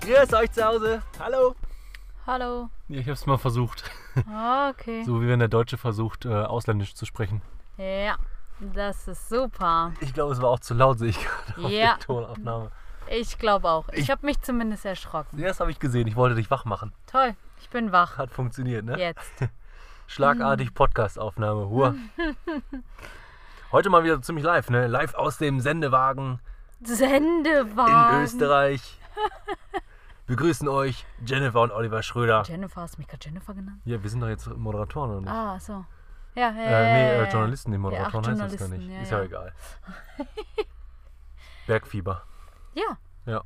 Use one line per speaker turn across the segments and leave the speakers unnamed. Grüß euch zu Hause. Hallo.
Hallo.
Ja, ich hab's mal versucht.
Ah, Okay.
So wie wenn der Deutsche versucht, äh, ausländisch zu sprechen.
Ja, das ist super.
Ich glaube, es war auch zu laut, sehe ich gerade auf
Ja.
der Tonaufnahme.
Ich glaube auch. Ich
Ich-
habe mich zumindest erschrocken.
Ja, das habe ich gesehen. Ich wollte dich wach machen.
Toll, ich bin wach.
Hat funktioniert, ne?
Jetzt.
Schlagartig Podcast-Aufnahme. Hua. Heute mal wieder ziemlich live, ne? Live aus dem Sendewagen in
Sendewagen.
Österreich. Begrüßen euch Jennifer und Oliver Schröder.
Jennifer, hast du mich gerade Jennifer genannt?
Ja, wir sind doch jetzt Moderatoren, oder nicht?
Ah, so. Ja, ja, ja,
Äh,
ja,
nee,
ja.
äh, Journalisten, die
Ja, ach,
Moderatoren heißt das gar
Journalisten,
nicht.
ja,
Ist ja,
ja.
egal. Bergfieber.
Ja,
Ja.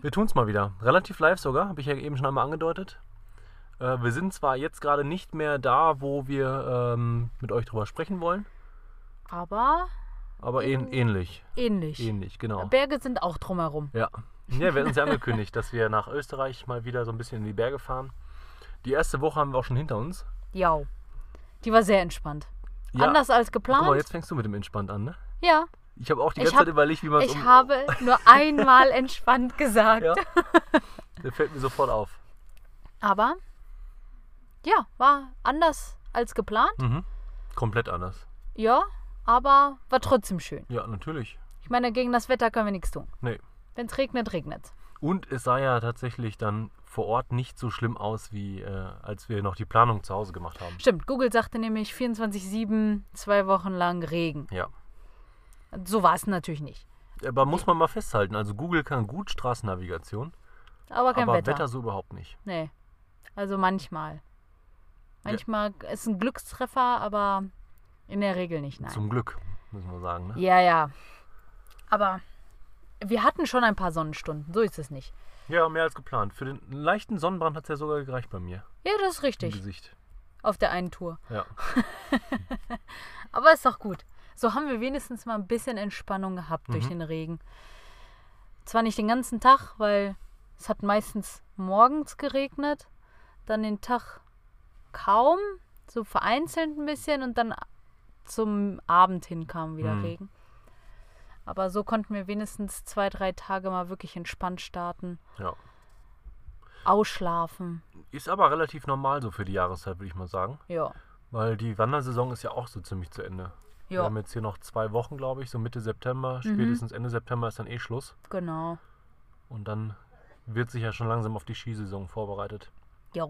Wir tun's mal wieder. Relativ live sogar, habe ich ja eben schon einmal angedeutet. Äh, wir sind zwar jetzt gerade nicht mehr da, wo wir ähm, mit euch drüber sprechen wollen,
aber
aber
Mhm.
ähn ähnlich.
ähnlich.
Ähnlich, genau.
Berge sind auch drumherum.
Ja. ja, wir hatten uns ja angekündigt, dass wir nach Österreich mal wieder so ein bisschen in die Berge fahren. Die erste Woche haben wir auch schon hinter uns.
Ja. Die war sehr entspannt.
Ja.
Anders als
Guck
geplant.
mal, jetzt fängst du mit dem Entspannt an, ne?
ja,
Ich habe auch die
Ich
ganze
hab-
Zeit überlegt, wie man
ich habe nur einmal entspannt gesagt.
um- Ja. Der fällt mir sofort auf.
Aber ja, war anders als geplant.
Mhm. Komplett anders.
Ja, aber war trotzdem schön.
Ja, natürlich.
Ich meine, gegen das Wetter können wir nichts tun.
Nee.
Wenn es regnet, regnet
Und es sah ja tatsächlich dann vor Ort nicht so schlimm aus, wie äh, als wir noch die Planung zu Hause gemacht haben.
Stimmt, Google sagte nämlich 24-7, zwei Wochen lang Regen.
Ja.
So war es natürlich nicht.
Aber muss man mal festhalten, also Google kann gut Straßennavigation,
Aber kein
aber
Wetter.
Wetter so überhaupt nicht.
Nee. Also manchmal. Manchmal ist ein Glückstreffer, aber in der Regel nicht, nein.
Zum Glück, müssen wir sagen. Ne?
ja, ja. Aber wir hatten schon ein paar Sonnenstunden, so ist es nicht.
Ja, mehr als geplant. Für den leichten Sonnenbrand hat es ja sogar gereicht bei mir
Ja, das ist
im
richtig.
Gesicht.
Auf der einen Tour.
Ja.
Aber ist doch gut. So haben wir wenigstens mal ein bisschen Entspannung gehabt durch den Regen. Zwar nicht den ganzen Tag, weil es hat meistens morgens geregnet, dann den Tag kaum, so vereinzelt ein bisschen und dann zum Abend hin kam wieder
Mhm.
Regen. Aber so konnten wir wenigstens zwei, drei Tage mal wirklich entspannt starten,
ja.
ausschlafen.
Ist aber relativ normal so für die Jahreszeit, würde ich mal sagen.
Ja.
Weil die Wandersaison ist ja auch so ziemlich zu Ende. Wir
Ja, Mhm.
haben jetzt hier noch zwei Wochen, glaube ich, so Mitte September. Spätestens Ende September ist dann eh Schluss.
genau.
Und dann wird sich ja schon langsam auf die Skisaison vorbereitet.
Ja.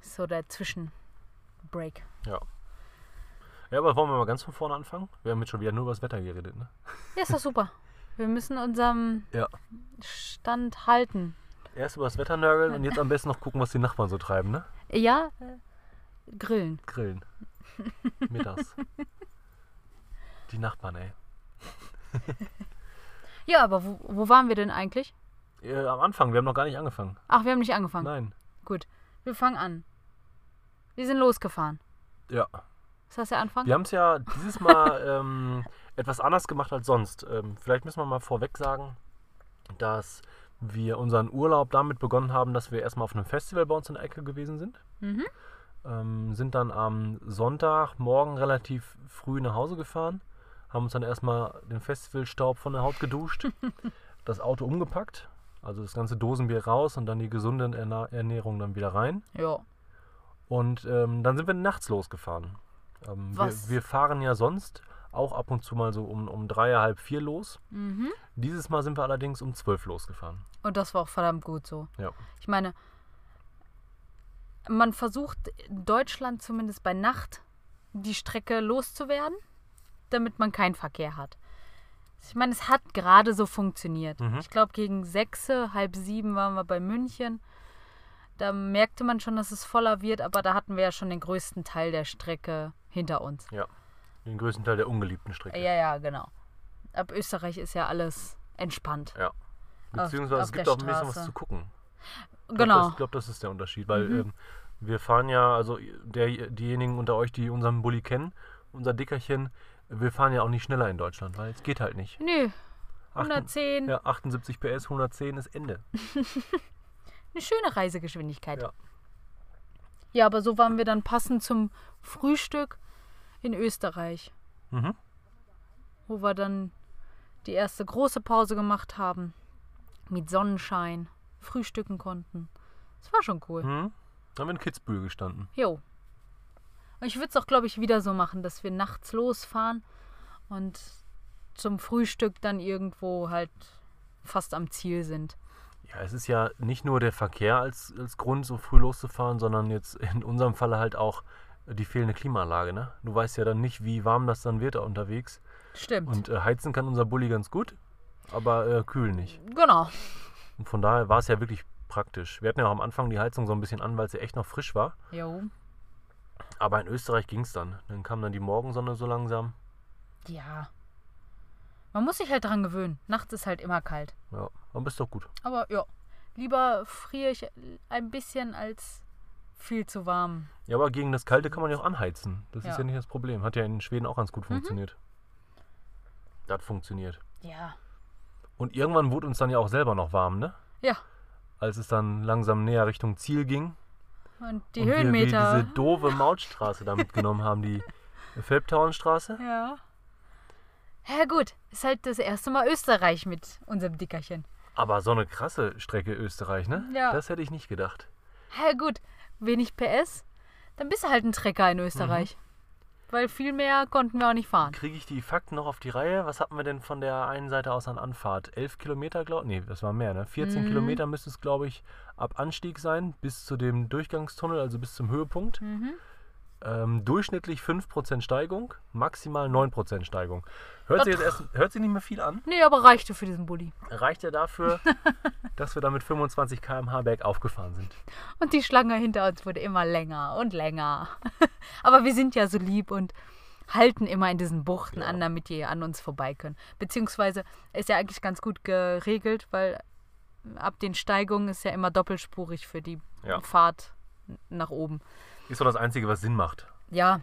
So der Zwischenbreak.
Ja. Ja, aber wollen wir mal ganz von vorne anfangen? Wir haben jetzt schon wieder nur über das Wetter geredet, ne?
Ja, ist doch super. Wir müssen unserem
Ja.
Stand halten.
Erst über das Wetter nörgeln und jetzt am besten noch gucken, was die Nachbarn so treiben, ne?
Ja, äh, grillen.
Grillen. Mittags. Die Nachbarn, ey.
Ja, aber wo, wo waren wir denn eigentlich?
Äh, am Anfang, wir haben noch gar nicht angefangen.
Ach, wir haben nicht angefangen.
Nein.
Gut, wir fangen an. Wir sind losgefahren.
Ja.
Ist das der Anfang?
Wir haben es ja dieses Mal ähm, etwas anders gemacht als sonst. Ähm, vielleicht müssen wir mal vorweg sagen, dass wir unseren Urlaub damit begonnen haben, dass wir erstmal auf einem Festival bei uns in der Ecke gewesen sind.
Mhm.
Ähm, sind dann am Sonntagmorgen relativ früh nach Hause gefahren, haben uns dann erstmal den Festivalstaub von der Haut geduscht, das Auto umgepackt, also das ganze Dosenbier raus und dann die gesunde Erna- Ernährung dann wieder rein.
Ja.
Und ähm, dann sind wir nachts losgefahren. Ähm,
Was?
Wir, wir fahren ja sonst auch ab und zu mal so um, um drei, halb vier los.
Mhm.
Dieses Mal sind wir allerdings um zwölf losgefahren.
Und das war auch verdammt gut so.
Ja.
Ich meine, man versucht in Deutschland zumindest bei Nacht die Strecke loszuwerden, damit man keinen Verkehr hat. Ich meine, es hat gerade so funktioniert.
Mhm.
Ich glaube, gegen sechs, halb sieben waren wir bei München. Da merkte man schon, dass es voller wird, aber da hatten wir ja schon den größten Teil der Strecke hinter uns.
Ja. Den größten Teil der ungeliebten Strecke.
Ja, ja, genau. Ab Österreich ist ja alles entspannt.
Ja. Beziehungsweise
auf
es gibt
der
auch ein bisschen was
Straße.
zu gucken.
genau. Mhm.
Ich glaube, das ist der Unterschied, weil ähm, wir fahren ja, also der, diejenigen unter euch, die unseren Bulli kennen, unser Dickerchen, wir fahren ja auch nicht schneller in Deutschland, weil es geht halt nicht.
Nö,
Achten-
110.
Ja, 78 PS, 110 ist Ende.
Eine schöne Reisegeschwindigkeit.
Ja.
Ja, aber so waren wir dann passend zum Frühstück in Österreich,
Mhm.
wo wir dann die erste große Pause gemacht haben. mit Sonnenschein frühstücken konnten. Das war schon cool.
Hm? Da haben wir in Kitzbühel gestanden.
Jo. Und ich würde es auch, glaube ich, wieder so machen, dass wir nachts losfahren und zum Frühstück dann irgendwo halt fast am Ziel sind.
Ja, es ist ja nicht nur der Verkehr als, als Grund, so früh loszufahren, sondern jetzt in unserem Falle halt auch die fehlende Klimaanlage. Ne? Du weißt ja dann nicht, wie warm das dann wird unterwegs.
Stimmt.
Und äh, heizen kann unser Bulli ganz gut, aber äh, kühl nicht.
genau.
Und von daher war es ja wirklich praktisch. Wir hatten ja auch am Anfang die Heizung so ein bisschen an, weil sie echt noch frisch war.
Jo.
Aber in Österreich ging es dann. Dann kam dann die Morgensonne so langsam.
Ja. Man muss sich halt dran gewöhnen. Nachts ist halt immer kalt.
Ja, aber ist doch gut.
Aber ja, lieber friere ich ein bisschen als viel zu warm.
Ja, aber gegen das Kalte kann man ja auch anheizen. Das
Ja.
ist ja nicht das Problem. Hat ja in Schweden auch ganz gut funktioniert. Das funktioniert.
Ja.
Und irgendwann wurde uns dann ja auch selber noch warm, ne?
Ja.
Als es dann langsam näher Richtung Ziel ging.
Und die
und
Höhenmeter.
Wir, wir diese doofe Mautstraße da mitgenommen haben, die Felbtauernstraße.
ja. Ja gut, ist halt das erste Mal Österreich mit unserem Dickerchen.
Aber so eine krasse Strecke Österreich, ne?
Ja.
Das hätte ich nicht gedacht.
Ja gut, wenig PS, dann bist du halt ein Trecker in Österreich. Weil viel mehr konnten wir auch nicht fahren.
Kriege ich die Fakten noch auf die Reihe? Was hatten wir denn von der einen Seite aus an Anfahrt? 11 Kilometer, glaube ich. Nee, das war mehr, ne? 14
Mhm.
Kilometer müsste es, glaube ich, ab Anstieg sein, bis zu dem Durchgangstunnel, also bis zum Höhepunkt.
Mhm.
Ähm, durchschnittlich 5% Steigung, maximal 9% Steigung. Hört sich jetzt erst, hört sich nicht mehr viel an.
Nee, aber reichte für diesen Bulli.
Reicht ja dafür, dass wir da mit 25 km/h bergauf gefahren sind.
Und die Schlange hinter uns wurde immer länger und länger. Aber wir sind ja so lieb und halten immer in diesen Buchten an, damit die an uns vorbei können. Beziehungsweise ist ja eigentlich ganz gut geregelt, weil äh, ab den Steigungen ist ja immer doppelspurig für die
Ja.
Fahrt nach oben.
Ist so das Einzige, was Sinn macht.
Ja,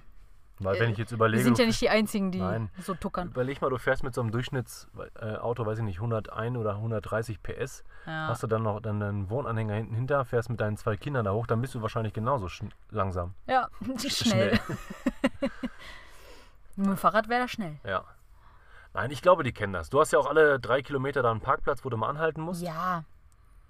Weil wenn ich jetzt
Äh, wir
überlege,
sind ja
du-
nicht die Einzigen, die
Nein.
so tuckern.
Überleg mal, du fährst mit so einem Durchschnittsauto, äh, Auto, weiß ich nicht, 101 oder 130 PS.
Ja.
Hast du dann noch dann einen Wohnanhänger hinten hinter, fährst mit deinen zwei Kindern da hoch, dann bist du wahrscheinlich genauso schn- langsam.
Ja, schnell. Mit dem Fahrrad wäre das schnell.
Ja. Nein, ich glaube, die kennen das. Du hast ja auch alle drei Kilometer da einen Parkplatz, wo du mal anhalten musst.
Ja,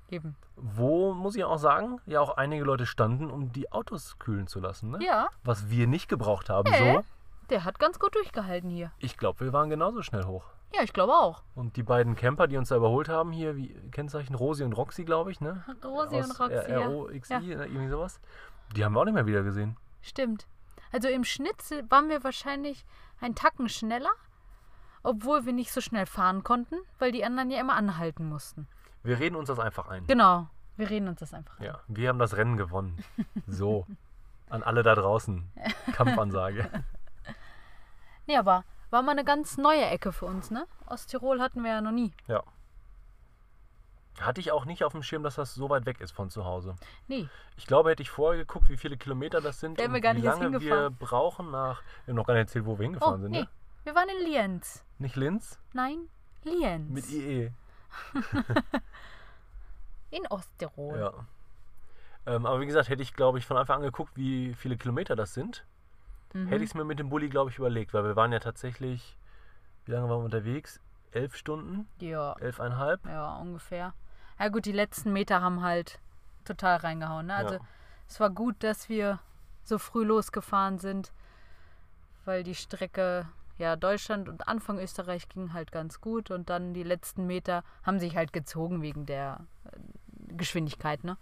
eben.
Wo, muss ich auch sagen, ja auch einige Leute standen, um die Autos kühlen zu lassen. Ne?
Ja,
Was wir nicht gebraucht haben.
Äh?
So,
der hat ganz gut durchgehalten hier.
ich glaube, wir waren genauso schnell hoch.
Ja, ich glaube auch.
Und die beiden Camper, die uns da überholt haben, hier, wie Kennzeichen Rosi und Roxy, glaube ich, ne?
Rosi und
Aus
Roxy,
R-
ja.
R-O-X-I,
Ja.
ne, irgendwie sowas. Die haben wir auch nicht mehr wieder gesehen.
Stimmt. Also im Schnitt si- waren wir wahrscheinlich einen Tacken schneller, obwohl wir nicht so schnell fahren konnten, weil die anderen ja immer anhalten mussten.
Wir reden uns das einfach ein.
Genau. Wir reden uns das einfach.
Ja, wir haben das Rennen gewonnen. So. An alle da draußen. Kampfansage.
Nee, aber war mal eine ganz neue Ecke für uns, ne? Osttirol hatten wir ja noch nie.
Ja. Hatte ich auch nicht auf dem Schirm, dass das so weit weg ist von zu Hause.
Nee.
Ich glaube, hätte ich vorher geguckt, wie viele Kilometer das sind
Wären
und
wir gar
wie
nicht erst
lange wir
hingefahren.
brauchen nach... Wir haben noch gar nicht erzählt, wo wir
Oh,
hingefahren sind,
nee.
ne?
Wir waren in Lienz.
Nicht Linz?
Nein, Lienz.
Mit E. IE.
in Osttirol.
Ja. Ähm, aber wie gesagt, hätte ich, glaube ich, von Anfang an geguckt, wie viele Kilometer das sind,
Mhm.
hätte ich es mir mit dem Bulli, glaube ich, überlegt, weil wir waren ja tatsächlich, wie lange waren wir unterwegs? Elf Stunden,
Ja.
elfeinhalb.
Ja, ungefähr. Ja gut, die letzten Meter haben halt total reingehauen. Ne? Also
Ja.
es war gut, dass wir so früh losgefahren sind, weil die Strecke ja Deutschland und Anfang Österreich ging halt ganz gut und dann die letzten Meter haben sich halt gezogen wegen der äh, Geschwindigkeit. Ne?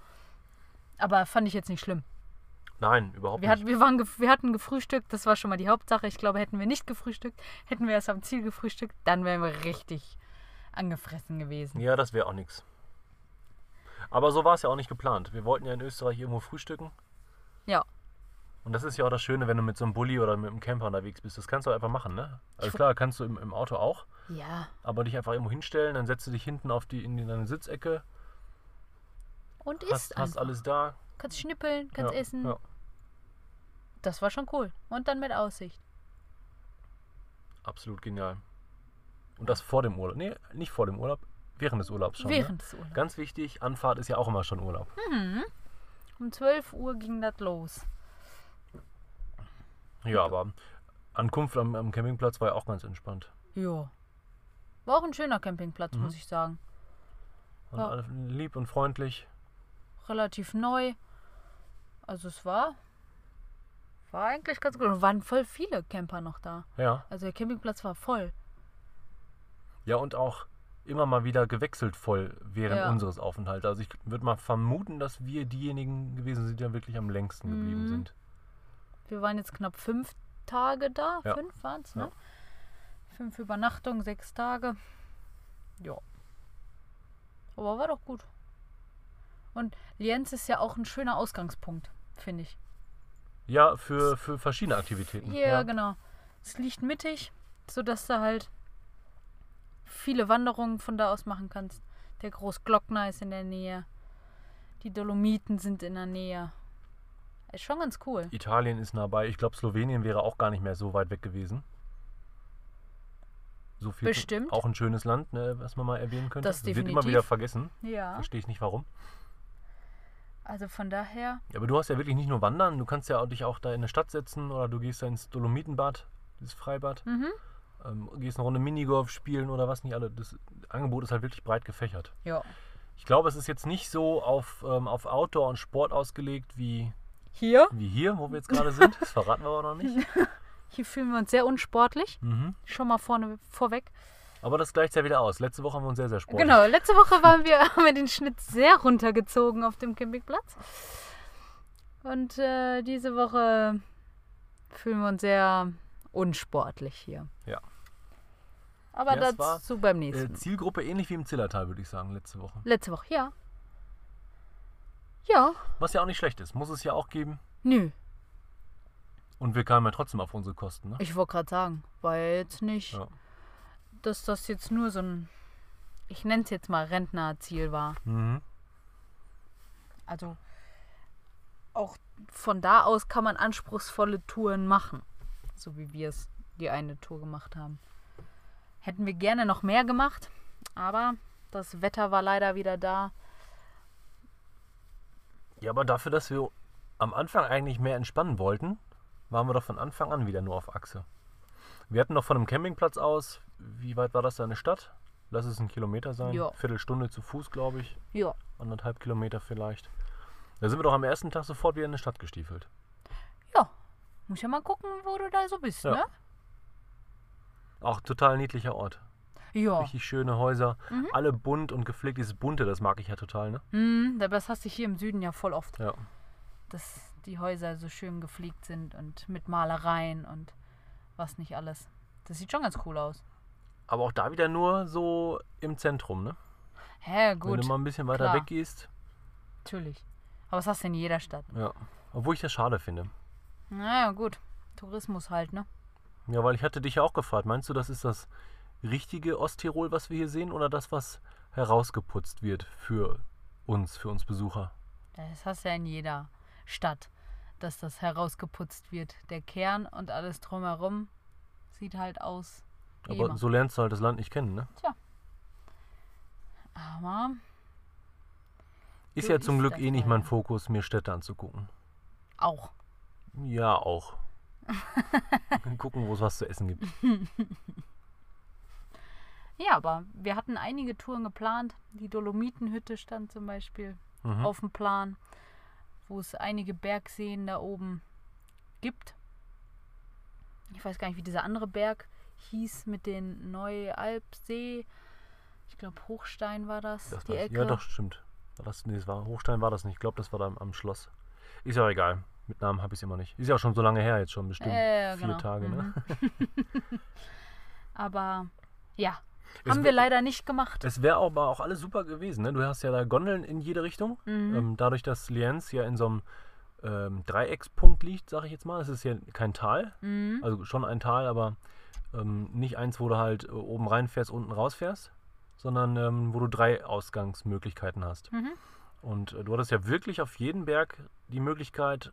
Aber fand ich jetzt nicht schlimm.
Nein, überhaupt
Wir,
nicht.
hatten, wir, waren, gef- wir hatten gefrühstückt, das war schon mal die Hauptsache. Ich glaube, hätten wir nicht gefrühstückt, hätten wir erst am Ziel gefrühstückt, dann wären wir richtig angefressen gewesen.
Ja, das wäre auch nichts. Aber so war es ja auch nicht geplant. Wir wollten ja in Österreich irgendwo frühstücken.
Ja.
Und das ist ja auch das Schöne, wenn du mit so einem Bulli oder mit einem Camper unterwegs bist. Das kannst du einfach machen, ne? Also klar, kannst du im, im Auto auch.
Ja,
Aber dich einfach irgendwo hinstellen, dann setzt du dich hinten auf die, in deine Sitzecke,
Und
hast,
isst
hast
einfach.
alles da.
Kannst schnippeln, kannst
Ja,
essen.
Ja.
Das war schon cool. Und dann mit Aussicht.
Absolut genial. Und das vor dem Urlaub. Nee, nicht vor dem Urlaub, während des Urlaubs schon. Ne?
Während des Urlaubs.
Ganz wichtig, Anfahrt ist ja auch immer schon Urlaub.
Um 12 Uhr ging das los.
Ja, aber Ankunft am, am Campingplatz war ja auch ganz entspannt. Mhm.
Ja. War auch ein schöner Campingplatz, muss ich sagen.
Und
Ja.
alle lieb und freundlich.
relativ neu. Also es war, war eigentlich ganz gut. Und waren voll viele Camper noch da.
Ja.
Also der Campingplatz war voll.
Ja, und auch immer mal wieder gewechselt voll während
Ja.
unseres Aufenthalts. Also ich würde mal vermuten, dass wir diejenigen gewesen sind, die dann wirklich am längsten geblieben
Mhm.
sind.
Wir waren jetzt knapp fünf Tage da.
Ja.
Fünf waren es,
Ja.
ne? Fünf Übernachtungen, sechs Tage. Ja. Aber war doch gut. Und Lienz ist ja auch ein schöner Ausgangspunkt, finde ich.
Ja, für, für verschiedene Aktivitäten.
Ja, genau. Es liegt mittig, sodass du halt viele Wanderungen von da aus machen kannst. Der Großglockner ist in der Nähe. Die Dolomiten sind in der Nähe. Ist schon ganz cool.
Italien ist nah bei. Ich glaube, Slowenien wäre auch gar nicht mehr so weit weg gewesen. So viel
Bestimmt.
Auch ein schönes Land, ne, was man mal erwähnen könnte.
Das
wird immer
definitiv.
wieder vergessen.
Ja.
Verstehe ich nicht warum.
Also von daher,
Ja, aber du hast ja wirklich nicht nur Wandern, du kannst ja auch dich auch da in eine Stadt setzen oder du gehst da ins Dolomitenbad, dieses Freibad.
mhm.
Ähm, gehst eine Runde Minigolf spielen oder was nicht alle. Das Angebot ist halt wirklich breit gefächert.
ja.
Ich glaube, es ist jetzt nicht so auf, ähm, auf Outdoor und Sport ausgelegt wie,
Hier,
wie hier, wo wir jetzt gerade sind. Das verraten wir aber noch nicht.
hier fühlen wir uns sehr unsportlich.
Mhm.
Schon mal vorne vorweg.
Aber das gleicht ja wieder aus. Letzte Woche haben wir uns sehr, sehr sportlich.
Genau, letzte Woche waren wir, haben wir den Schnitt sehr runtergezogen auf dem Campingplatz. Und äh, diese Woche fühlen wir uns sehr unsportlich hier.
Ja.
Aber
Ja, es
dazu beim
Äh,
nächsten.
Zielgruppe ähnlich wie im Zillertal, würde ich sagen, letzte Woche.
letzte Woche, ja. Ja,
Was ja auch nicht schlecht ist. Muss es ja auch geben.
nö.
Und wir kamen ja trotzdem auf unsere Kosten. Ne?
Ich wollte gerade sagen, war ja jetzt nicht,
Ja.
dass das jetzt nur so ein, ich nenne es jetzt mal Rentnerziel war.
Mhm.
Also auch von da aus kann man anspruchsvolle Touren machen, so wie wir es die eine Tour gemacht haben. Hätten wir gerne noch mehr gemacht, aber das Wetter war leider wieder da.
Ja, aber dafür, dass wir am Anfang eigentlich mehr entspannen wollten, waren wir doch von Anfang an wieder nur auf Achse. Wir hatten noch von einem Campingplatz aus, wie weit war das da in der Stadt? Lass es ein Kilometer sein.
Ja.
Viertelstunde zu Fuß, glaube ich.
Ja,
Anderthalb Kilometer vielleicht. Da sind wir doch am ersten Tag sofort wieder in die Stadt gestiefelt.
ja, muss ja mal gucken, wo du da so bist,
Ja.
ne?
Auch total niedlicher Ort.
Ja,
Richtig schöne Häuser. Alle bunt und gepflegt. Dieses Bunte, das mag ich ja total, ne?
hm, aber das hast du hier im Süden ja voll oft,
Ja.
dass die Häuser so schön gepflegt sind und mit Malereien und was nicht alles. Das sieht schon ganz cool aus.
Aber auch da wieder nur so im Zentrum, ne?
Hä,
Wenn
gut,
du mal ein bisschen weiter
klar.
weggehst.
natürlich. Aber das hast du in jeder Stadt.
Ja. Obwohl ich das schade finde.
Naja, gut. Tourismus halt, ne?
Ja, weil ich hatte dich ja auch gefragt, meinst du, das ist das richtige Osttirol, was wir hier sehen, oder das, was herausgeputzt wird für uns, für uns Besucher?
Das hast du ja in jeder Stadt, dass das herausgeputzt wird. Der Kern und alles drumherum sieht halt aus wie
Aber
immer.
so lernst du halt das Land nicht kennen, ne?
Aber,
Ist
So
ja zum
ist
Glück
das
eh nicht
leider.
mein Fokus, mir Städte anzugucken.
auch.
Ja, auch. Gucken, wo es was zu essen gibt.
Ja, aber wir hatten einige Touren geplant. Die Dolomitenhütte stand zum Beispiel
Mhm.
auf dem Plan, wo es einige Bergseen da oben gibt. Ich weiß gar nicht, wie dieser andere Berg hieß mit den Neualpsee. Ich glaube, Hochstein war das,
Das,
die
das,
Ecke.
ja, doch, stimmt. War Das, nee, das war, Hochstein war das nicht. Ich glaube, das war da am, am Schloss. Ist ja auch egal. Mit Namen habe ich es immer nicht. Ist ja auch schon so lange her jetzt schon, bestimmt
Ja, ja,
vier
genau. Mhm.
Tage. Ne?
Aber ja,
Es
haben
wi-
wir leider nicht gemacht.
Es wäre aber auch alles super gewesen. Ne? Du hast ja da Gondeln in jede Richtung.
Mhm.
Ähm, dadurch, dass Lienz ja in so einem ähm, Dreieckspunkt liegt, sage ich jetzt mal. Es ist ja kein Tal.
Mhm.
Also schon ein Tal, aber ähm, nicht eins, wo du halt äh, oben reinfährst, unten rausfährst, sondern ähm, wo du drei Ausgangsmöglichkeiten hast.
Mhm.
Und äh, du hattest ja wirklich auf jeden Berg die Möglichkeit,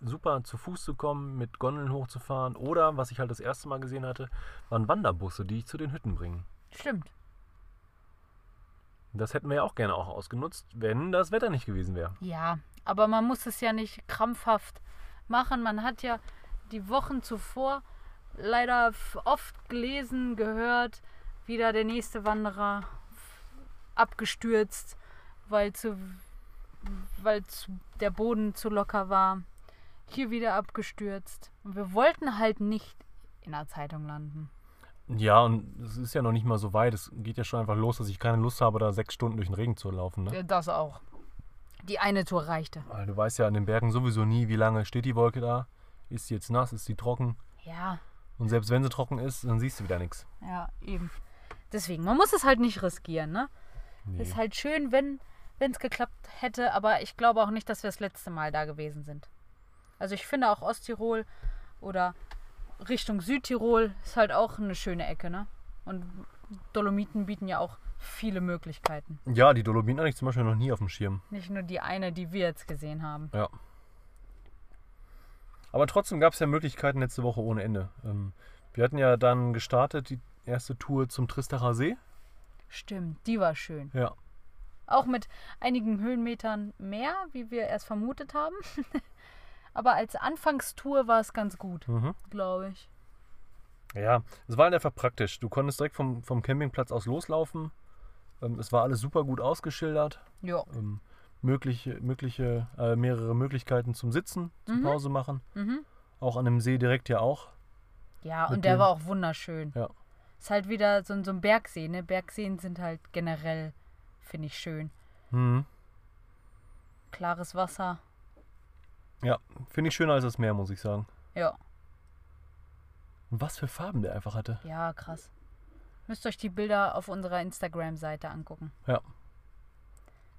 super zu Fuß zu kommen, mit Gondeln hochzufahren. Oder, was ich halt das erste Mal gesehen hatte, waren Wanderbusse, die dich zu den Hütten bringen.
Stimmt.
Das hätten wir ja auch gerne auch ausgenutzt, wenn das Wetter nicht gewesen wäre.
Ja, aber man muss es ja nicht krampfhaft machen. Man hat ja die Wochen zuvor leider f- oft gelesen, gehört, wieder der nächste Wanderer f- abgestürzt, weil, zu, weil zu, der Boden zu locker war. Hier wieder abgestürzt. Und wir wollten halt nicht in der Zeitung landen.
Ja, und es ist ja noch nicht mal so weit. Es geht ja schon einfach los, dass ich keine Lust habe, da sechs Stunden durch den Regen zu laufen. Ne?
Äh, Das auch. Die eine Tour reichte.
Weil du weißt ja an den Bergen sowieso nie, wie lange steht die Wolke da. Ist sie jetzt nass? Ist sie trocken?
Ja,
Und selbst wenn sie trocken ist, dann siehst du wieder nichts.
ja, eben. Deswegen, man muss es halt nicht riskieren, ne?
Nee.
Ist halt schön, wenn es geklappt hätte, aber ich glaube auch nicht, dass wir das letzte Mal da gewesen sind. Also ich finde auch Osttirol oder Richtung Südtirol ist halt auch eine schöne Ecke, ne? Und Dolomiten bieten ja auch viele Möglichkeiten.
Ja, die Dolomiten hatte ich zum Beispiel noch nie auf dem Schirm.
Nicht nur die eine, die wir jetzt gesehen haben.
Ja. Aber trotzdem gab es ja Möglichkeiten letzte Woche ohne Ende. Ähm, wir hatten ja dann gestartet, die erste Tour zum Tristacher See.
Stimmt, die war schön.
Ja.
Auch mit einigen Höhenmetern mehr, wie wir erst vermutet haben. aber als Anfangstour war es ganz gut,
Mhm.
glaube ich.
Ja, es war halt einfach praktisch. Du konntest direkt vom, vom Campingplatz aus loslaufen. Ähm, es war alles super gut ausgeschildert.
Ja.
Ähm, mögliche, mögliche, äh, mehrere Möglichkeiten zum Sitzen, zum Pause machen.
Mhm.
Auch an dem See direkt ja auch.
Ja,
Mit
und der
dem-
war auch wunderschön.
Ja.
Ist halt wieder so, ein- so ein Bergsee, ne? Bergseen sind halt generell, finde ich, schön.
Mhm.
Klares Wasser.
Ja, finde ich schöner als das Meer, muss ich sagen.
Ja,
Und was für Farben der einfach hatte.
ja, krass. Müsst euch die Bilder auf unserer Instagram-Seite angucken.
Ja.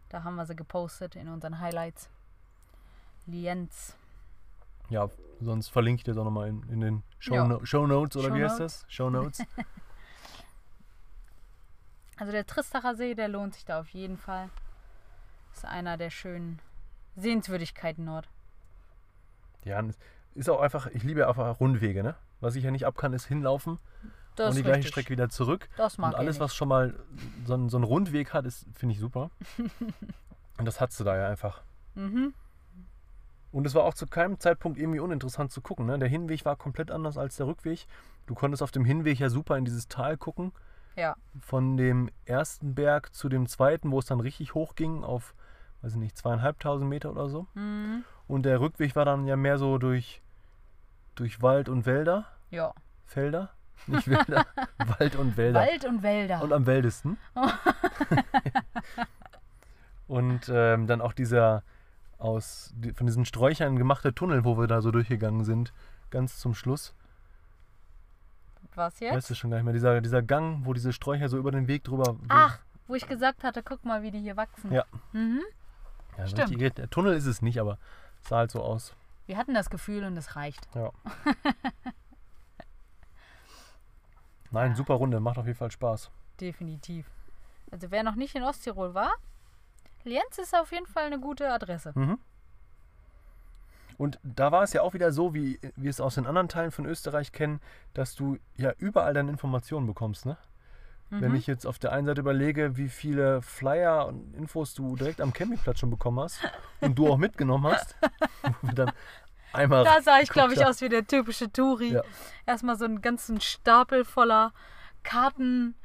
Da haben wir sie gepostet in unseren Highlights. Lienz.
Ja, sonst verlinke ich dir das auch nochmal in, in den Show,
Ja.
No Show Notes oder wie heißt
Shownotes.
das? Show Notes.
Also der Tristacher See, der lohnt sich da auf jeden Fall. Ist einer der schönen Sehenswürdigkeiten dort.
ja, und es ist auch einfach, ich liebe einfach Rundwege, ne? Was ich ja nicht ab kann, ist hinlaufen
Das
und die
ist
gleiche
richtig.
Strecke wieder zurück.
Das mag
und alles,
ich
was schon mal so einen, so einen Rundweg hat, ist finde ich super. und das hattest du da ja einfach.
Mhm.
Und es war auch zu keinem Zeitpunkt irgendwie uninteressant zu gucken. Ne? Der Hinweg war komplett anders als der Rückweg. Du konntest auf dem Hinweg ja super in dieses Tal gucken.
Ja.
Von dem ersten Berg zu dem zweiten, wo es dann richtig hoch ging, auf, weiß ich nicht, zweieinhalbtausend Meter oder so.
Mhm.
Und der Rückweg war dann ja mehr so durch, durch Wald und Wälder.
Ja.
Felder? Nicht Wälder. Wald und Wälder.
Wald und Wälder.
Und am wildesten. und ähm, dann auch dieser aus die- von diesen Sträuchern gemachte Tunnel, wo wir da so durchgegangen sind, ganz zum Schluss.
was jetzt?
Weißt du schon gar nicht mehr. Dieser, dieser Gang, wo diese Sträucher so über den Weg drüber.
Ach, wo ich gesagt hatte, guck mal, wie die hier wachsen.
Ja.
Mhm.
ja,
stimmt.
richtig- der Tunnel ist es nicht, aber es sah halt so aus.
Wir hatten das Gefühl und es reicht.
Ja. Nein, super Runde, macht auf jeden Fall Spaß.
Definitiv. Also wer noch nicht in Osttirol war, Lienz ist auf jeden Fall eine gute Adresse.
Und da war es ja auch wieder so, wie wir es aus den anderen Teilen von Österreich kennen, dass du ja überall deine Informationen bekommst. Ne?
Mhm.
Wenn ich jetzt auf der einen Seite überlege, wie viele Flyer und Infos du direkt am Campingplatz schon bekommen hast und du auch mitgenommen hast, wo wir dann einmal.
Da sah ich, glaube
geguckt
ich,
haben.
aus wie der typische Touri.
Ja.
Erstmal so einen ganzen Stapel voller Karten,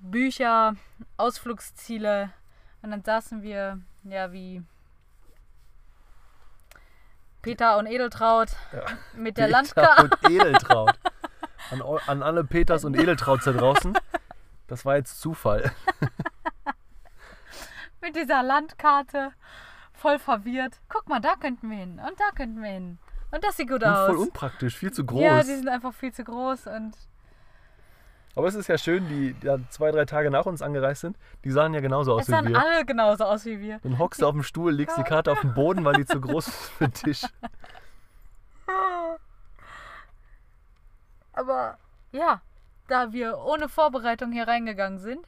Bücher, Ausflugsziele. Und dann saßen wir, ja, wie Peter und Edeltraut mit der
Peter
Landkarte.
und Edeltraut. An, eu- an alle Peters und Edeltrauts da draußen. Das war jetzt Zufall.
mit dieser Landkarte, voll verwirrt. Guck mal, da könnten wir hin und da könnten wir hin. Und das sieht gut
Und
aus.
voll unpraktisch, viel zu groß.
Ja, die sind einfach viel zu groß und
Aber es ist ja schön, die da zwei, drei Tage nach uns angereist sind, die sahen ja genauso
es
aus wie
sahen
wir.
alle genauso aus wie wir.
Dann hockst du auf dem Stuhl, legst die Karte auf den Boden, weil die zu groß ist für den Tisch.
Aber ja, da wir ohne Vorbereitung hier reingegangen sind,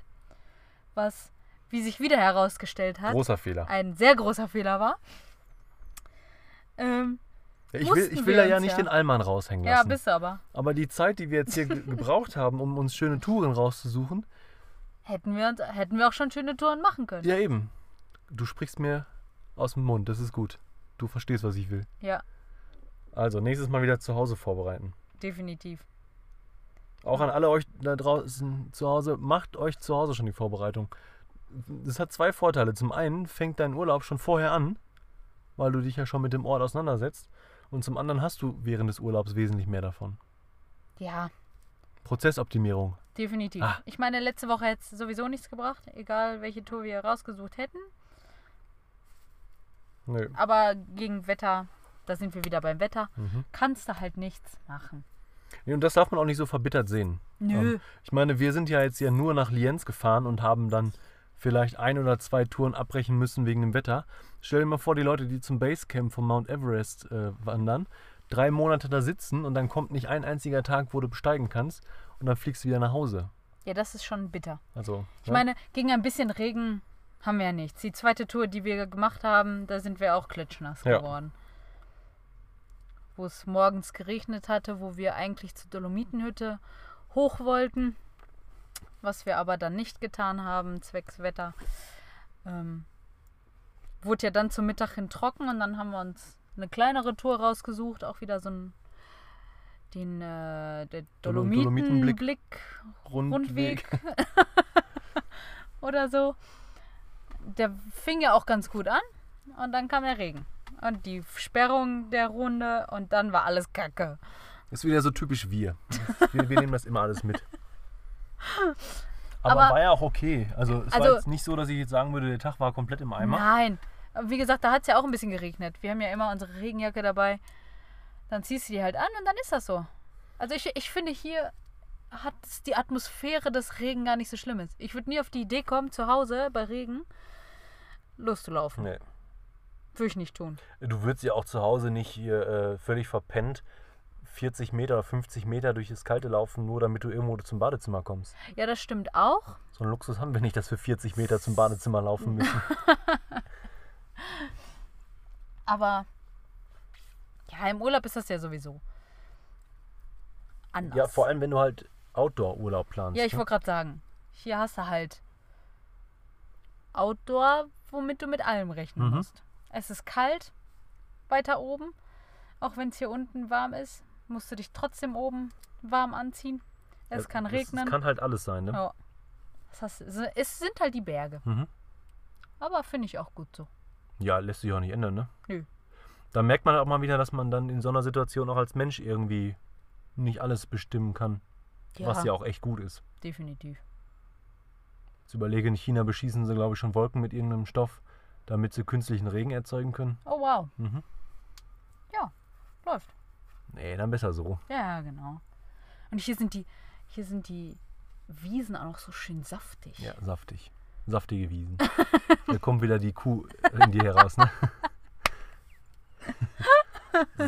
was, wie sich wieder herausgestellt hat,
Großer Fehler.
ein sehr großer Fehler war. Ähm,
Ja, Ich will,
Mussten
ich
wir
will da ja
uns
nicht
ja.
den Allmann raushängen
ja,
lassen.
bist du aber.
Aber die Zeit, die wir jetzt hier ge- gebraucht haben, um uns schöne Touren rauszusuchen,
Hätten wir, uns, hätten wir auch schon schöne Touren machen können.
ja eben. Du sprichst mir aus dem Mund, das ist gut. Du verstehst, was ich will.
Ja,
Also, nächstes Mal wieder zu Hause vorbereiten.
definitiv.
Auch an alle euch da draußen zu Hause, macht euch zu Hause schon die Vorbereitung. das hat zwei Vorteile. Zum einen fängt dein Urlaub schon vorher an, weil du dich ja schon mit dem Ort auseinandersetzt. Und zum anderen hast du während des Urlaubs wesentlich mehr davon.
Ja,
Prozessoptimierung.
definitiv.
Ah.
Ich meine, letzte Woche hätte es sowieso nichts gebracht, egal welche Tour wir rausgesucht hätten.
Nö.
Aber gegen Wetter, da sind wir wieder beim Wetter,
Mhm.
kannst du halt nichts machen.
Nee, Und das darf man auch nicht so verbittert sehen.
Nö.
Ähm, ich meine, wir sind ja jetzt ja nur nach Lienz gefahren und haben dann vielleicht ein oder zwei Touren abbrechen müssen wegen dem Wetter. Stell dir mal vor, die Leute, die zum Basecamp von Mount Everest äh, wandern, drei Monate da sitzen und dann kommt nicht ein einziger Tag, wo du besteigen kannst und dann fliegst du wieder nach Hause.
Ja, das ist schon bitter.
Also,
Ich meine, gegen ein bisschen Regen haben wir ja nichts. Die zweite Tour, die wir gemacht haben, da sind wir auch klitschnass
Ja.
geworden. Wo es morgens geregnet hatte, wo wir eigentlich zur Dolomitenhütte hoch wollten, was wir aber dann nicht getan haben, zwecks Wetter. Ähm, wurde ja dann zum Mittag hin trocken und dann haben wir uns eine kleinere Tour rausgesucht, auch wieder so einen den äh, der
Dolom-
Dolomitenblick
Dolomitenblick.
Dolomiten
Rundweg.
Rundweg oder so. Der fing ja auch ganz gut an und dann kam der Regen. Und die Sperrung der Runde und dann war alles kacke.
Ist wieder so typisch wir. Wir, wir nehmen das immer alles mit. Aber,
Aber-
war ja auch okay. Also es
Also-
war jetzt nicht so, dass ich jetzt sagen würde, der Tag war komplett im Eimer.
Nein. Wie gesagt, da hat es ja auch ein bisschen geregnet. Wir haben ja immer unsere Regenjacke dabei. Dann ziehst du die halt an und dann ist das so. Also ich, ich finde, hier hat die Atmosphäre des Regen gar nicht so schlimm ist. Ich würde nie auf die Idee kommen, zu Hause bei Regen loszulaufen.
Nee.
Würde ich nicht tun.
Du würdest ja auch zu Hause nicht hier äh, völlig verpennt 40 Meter oder 50 Meter durch das Kalte laufen, nur damit du irgendwo zum Badezimmer kommst.
Ja, das stimmt auch.
So einen Luxus haben wir nicht, dass wir 40 Meter zum Badezimmer laufen müssen.
Aber ja, im Urlaub ist das ja sowieso anders.
ja, vor allem, wenn du halt Outdoor-Urlaub planst.
Ja, ich
ne?
wollte gerade sagen, hier hast du halt Outdoor, womit du mit allem rechnen
Mhm.
musst. Es ist kalt weiter oben, auch wenn es hier unten warm ist, musst du dich trotzdem oben warm anziehen. Es
Ja,
kann
das-
regnen.
Es kann halt alles sein, ne?
Ja. Das hast, es sind halt die Berge,
Mhm.
aber finde ich auch gut so.
Ja, lässt sich auch nicht ändern, ne?
Nö.
Da merkt man auch mal wieder, dass man dann in so einer Situation auch als Mensch irgendwie nicht alles bestimmen kann, was ja auch echt gut ist.
definitiv.
Jetzt überlege, in China beschießen sie, glaube ich, schon Wolken mit irgendeinem Stoff, damit sie künstlichen Regen erzeugen können.
Oh wow,
Mhm.
läuft.
Nee, dann besser so.
Ja, genau. Und hier sind die, hier sind die Wiesen auch noch so schön saftig.
Ja, saftig. Saftige Wiesen. da kommt wieder die Kuh in dir heraus, ne?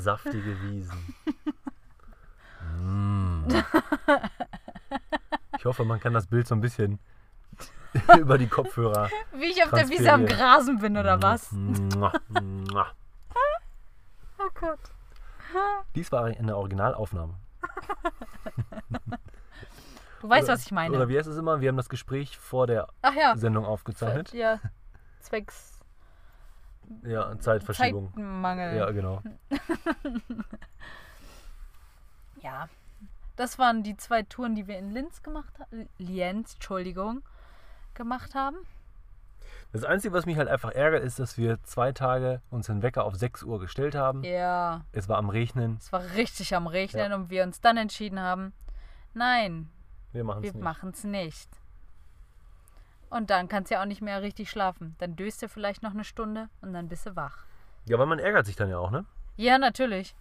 Saftige Wiesen. Mm. Ich hoffe, man kann das Bild so ein bisschen über die Kopfhörer.
Wie ich auf der Wiese am
Transpiriert.
Grasen bin oder was?
Mua, mua.
Oh Gott.
Dies war eine Originalaufnahme.
Du weißt,
Oder-
was ich meine.
Oder wie heißt es immer? Wir haben das Gespräch vor der
Ach ja.
Sendung aufgezeichnet.
Ja. Zwecks
Ja, Zeitverschiebung.
Zeitmangel.
Ja, genau.
Ja. Das waren die zwei Touren, die wir in Linz gemacht haben. Lienz, Entschuldigung, gemacht haben.
Das Einzige, was mich halt einfach ärgert, ist, dass wir zwei Tage uns den Wecker auf 6 Uhr gestellt haben.
Ja.
Es war am Regnen.
Es war richtig am Regnen und wir uns dann entschieden haben, nein,
Wir machen es
wir
nicht.
machen es nicht. Und dann kannst du ja auch nicht mehr richtig schlafen. Dann döst du vielleicht noch eine Stunde und dann bist du wach.
Ja, weil man ärgert sich dann ja auch, ne?
Ja, natürlich.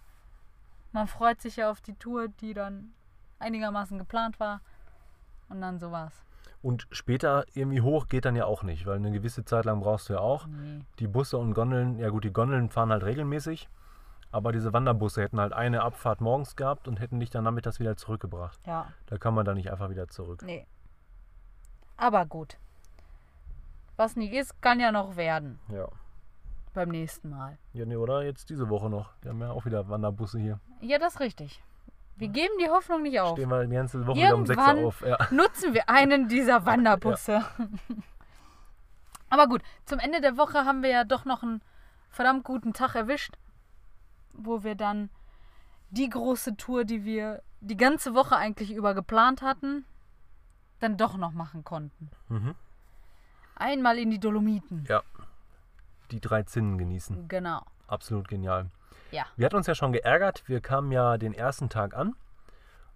Man freut sich ja auf die Tour, die dann einigermaßen geplant war. Und dann sowas.
Und später irgendwie hoch geht dann ja auch nicht, weil eine gewisse Zeit lang brauchst du ja auch.
Nee.
Die Busse und Gondeln, ja gut, die Gondeln fahren halt regelmäßig, aber diese Wanderbusse hätten halt eine Abfahrt morgens gehabt und hätten dich dann nachmittags wieder zurückgebracht.
Ja,
Da kann man dann nicht einfach wieder zurück.
nee. Aber gut. Was nicht ist, kann ja noch werden
Ja.
beim nächsten Mal.
Ja, nee, oder jetzt diese Woche noch. Wir haben ja auch wieder Wanderbusse hier.
Ja, das ist richtig. Wir geben die Hoffnung nicht auf.
Stehen wir die ganze Woche wieder um 6
Irgendwann-
Uhr auf. Ja.
Nutzen wir einen dieser Wanderbusse. Aber gut, zum Ende der Woche haben wir ja doch noch einen verdammt guten Tag erwischt, wo wir dann die große Tour, die wir die ganze Woche eigentlich über geplant hatten, dann doch noch machen konnten.
Mhm.
Einmal in die Dolomiten.
Ja. Die drei Zinnen genießen.
Genau.
Absolut genial.
Ja.
Wir hatten uns ja schon geärgert. Wir kamen ja den ersten Tag an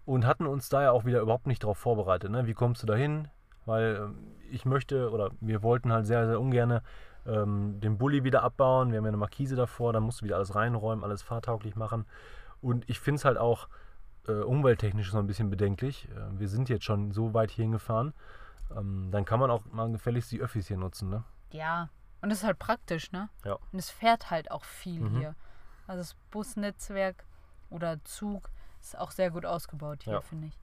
und hatten uns da ja auch wieder überhaupt nicht darauf vorbereitet. Ne? Wie kommst du da hin? Weil ähm, ich möchte oder wir wollten halt sehr, sehr ungern ähm, den Bulli wieder abbauen. Wir haben ja eine Markise davor, dann musst du wieder alles reinräumen, alles fahrtauglich machen. Und ich finde es halt auch äh, umwelttechnisch so ein bisschen bedenklich. Äh, wir sind jetzt schon so weit hierhin gefahren. Ähm, dann kann man auch mal gefälligst die Öffis hier nutzen. Ne?
Ja. Und das ist halt praktisch, ne?
Ja.
Und es fährt halt auch viel
Mhm.
hier. Also das Busnetzwerk oder Zug ist auch sehr gut ausgebaut hier,
Ja.
finde ich.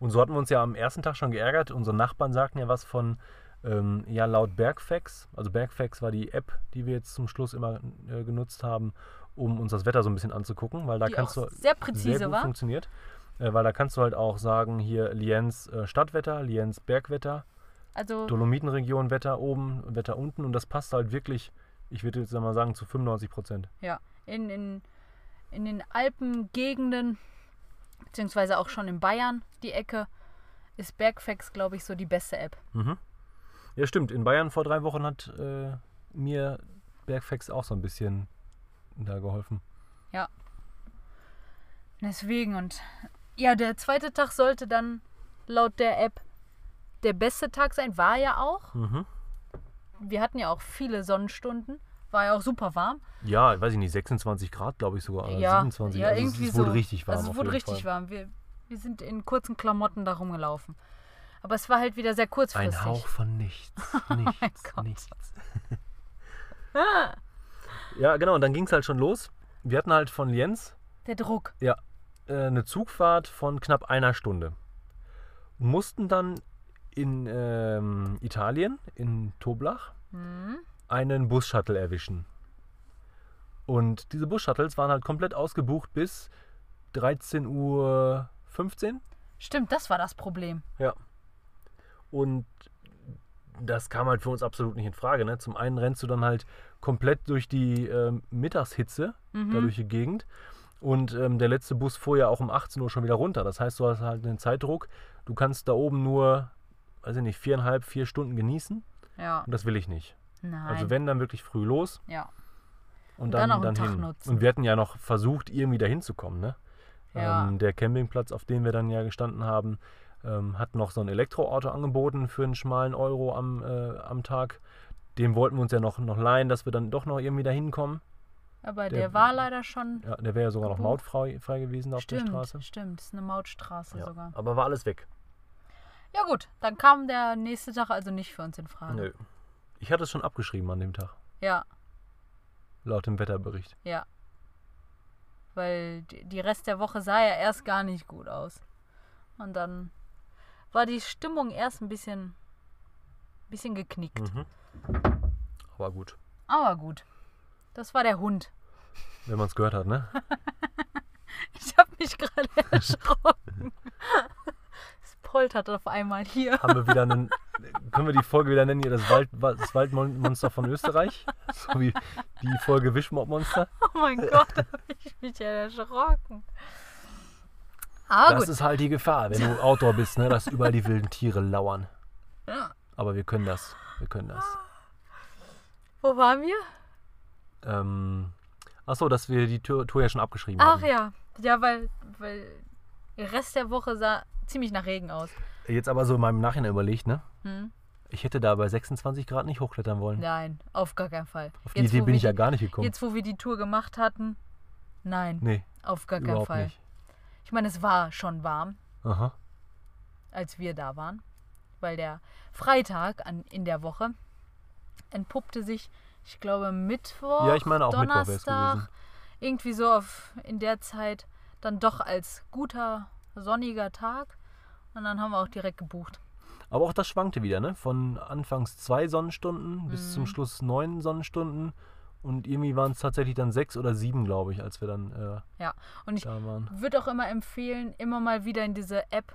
Und so hatten wir uns ja am ersten Tag schon geärgert. Unsere Nachbarn sagten ja was von, ähm, ja, laut Bergfax. Also Bergfax war die App, die wir jetzt zum Schluss immer äh, genutzt haben, um uns das Wetter so ein bisschen anzugucken, weil da
Die
kannst
auch
du
sehr präzise
sehr gut
war.
funktioniert. Äh, weil da kannst du halt auch sagen, hier Lienz äh, Stadtwetter, Lienz Bergwetter,
Also
Dolomitenregion Wetter oben, Wetter unten und das passt halt wirklich, ich würde jetzt mal sagen, zu 95 Prozent.
Ja, in, in, in den Alpengegenden, beziehungsweise auch schon in Bayern, die Ecke, ist Bergfax, glaube ich, so die beste App.
Mhm. Ja, stimmt. In Bayern vor drei Wochen hat äh, mir Bergfax auch so ein bisschen da geholfen.
Deswegen und ja, der zweite Tag sollte dann laut der App der beste Tag sein, war ja auch.
Mhm.
Wir hatten ja auch viele Sonnenstunden, war ja auch super warm.
Ja, weiß ich nicht, 26 Grad, glaube ich sogar. Oder
ja,
27.
ja,
also
irgendwie
es, es wurde
so.
richtig warm.
Also es
auf
wurde
jeden
richtig
Fall.
warm. Wir, wir sind in kurzen Klamotten da rumgelaufen. Aber es war halt wieder sehr kurzfristig.
Ein Hauch von nichts. Nichts,
Oh Gott.
nichts. ja, genau. Und dann ging es halt schon los. Wir hatten halt von Jens
Der Druck.
äh, eine Zugfahrt von knapp einer Stunde. Mussten dann in ähm, Italien, in Toblach,
Hm.
einen Bus-Shuttle erwischen. Und diese Bus-Shuttles waren halt komplett ausgebucht bis 13.15 Uhr.
Stimmt, das war das Problem.
Und das kam halt für uns absolut nicht in Frage. Ne? Zum einen rennst du dann halt komplett durch die ähm, Mittagshitze,
Mhm.
da durch die Gegend. Und ähm, der letzte Bus fuhr ja auch um 18 Uhr schon wieder runter. Das heißt, du hast halt einen Zeitdruck. Du kannst da oben nur, weiß ich nicht, viereinhalb, vier Stunden genießen.
Ja.
Und das will ich nicht.
Nein.
Also wenn, dann wirklich früh los.
ja.
Und dann,
dann noch einen
dann,
Tag
hin.
nutzen.
Und wir hatten ja noch versucht, irgendwie da hinzukommen. Ne?
Ja.
Ähm, der Campingplatz, auf dem wir dann ja gestanden haben, ähm, hat noch so ein Elektroauto angeboten für einen schmalen Euro am, äh, am Tag. Dem wollten wir uns ja noch, noch leihen, dass wir dann doch noch irgendwie da hinkommen.
Aber der,
der-
war leider schon.
Ja, der wäre ja sogar noch
Gebucht.
mautfrei frei gewesen auf der
Mhm. Stimmt,
Straße.
stimmt. Ist eine Mautstraße
Ja,
sogar.
aber war alles weg.
Ja, gut. Dann kam der nächste Tag also nicht für uns in Frage.
Nö. Ich hatte es schon abgeschrieben an dem Tag,
Ja,
laut dem Wetterbericht.
ja. Weil die die Rest der Woche sah ja erst gar nicht gut aus. Und dann war die Stimmung erst ein bisschen. bisschen geknickt.
Mhm. Aber gut,
Aber gut. Das war der Hund.
wenn man es gehört hat, ne?
Ich habe mich gerade erschrocken. Es poltert auf einmal hier.
haben wir wieder einen. Können wir die Folge wieder nennen, hier das, Wald, das Waldmonster von Österreich? So wie die Folge Wischmobmonster.
Oh mein Gott, da hab ich mich ja erschrocken. Aber
Das
gut,
ist halt die Gefahr, wenn du Outdoor bist, ne? dass überall die wilden Tiere lauern. Aber wir können das. Wir können das.
wo waren wir?
Ähm, Achso, dass wir die Tour, Tour ja schon abgeschrieben
Ach
haben.
ja, ja, weil, weil der Rest der Woche sah ziemlich nach Regen aus.
Jetzt aber so in meinem Nachhinein überlegt, ne?
Hm?
Ich hätte da bei 26 Grad nicht hochklettern wollen.
Nein, auf gar keinen Fall.
Auf die Idee
wo
bin
wir
ich ja
die-
gar nicht gekommen.
Jetzt, wo wir die Tour gemacht hatten, nein,
Nee,
auf gar keinen
überhaupt
Fall.
nicht.
Ich meine, es war schon warm,
Aha.
als wir da waren, weil der Freitag an, in der Woche entpuppte sich, ich glaube, Mittwoch,
Ja, ich meine, auch Mittwoch wär's
Donnerstag,
gewesen.
irgendwie so auf, in der Zeit dann doch als guter, sonniger Tag. Und dann haben wir auch direkt gebucht.
Aber auch das schwankte wieder, ne? Von anfangs zwei Sonnenstunden bis
Mhm.
zum Schluss neun Sonnenstunden. Und irgendwie waren es tatsächlich dann sechs oder sieben, glaube ich, als wir dann äh,
Ja, und ich
da waren.
würde auch immer empfehlen, immer mal wieder in diese App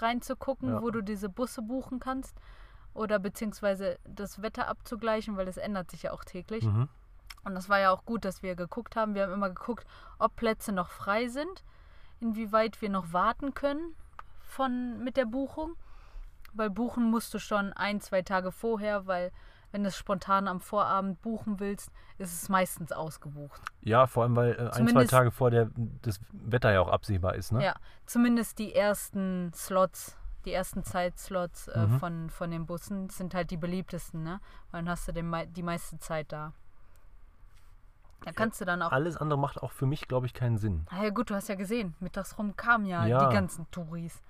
reinzugucken,
Ja.
wo du diese Busse buchen kannst oder beziehungsweise das Wetter abzugleichen, weil es ändert sich ja auch täglich.
Mhm.
Und das war ja auch gut, dass wir geguckt haben. Wir haben immer geguckt, ob Plätze noch frei sind, inwieweit wir noch warten können von, mit der Buchung. Weil buchen musst du schon ein, zwei Tage vorher, weil wenn du es spontan am Vorabend buchen willst, ist es meistens ausgebucht.
Ja, vor allem, weil äh, ein, zwei
Zumindest-
Tage vor der das Wetter ja auch absehbar ist, ne?
Ja, zumindest die ersten Slots, die ersten Zeitslots äh,
Mhm.
von, von den Bussen sind halt die beliebtesten, ne? Weil dann hast du den, mei- die meiste Zeit da. Da kannst du dann auch.
Alles andere macht auch für mich, glaube ich, keinen Sinn.
Na ja, gut, du hast ja gesehen, mittags rum kamen ja,
Ja.
die ganzen Touris.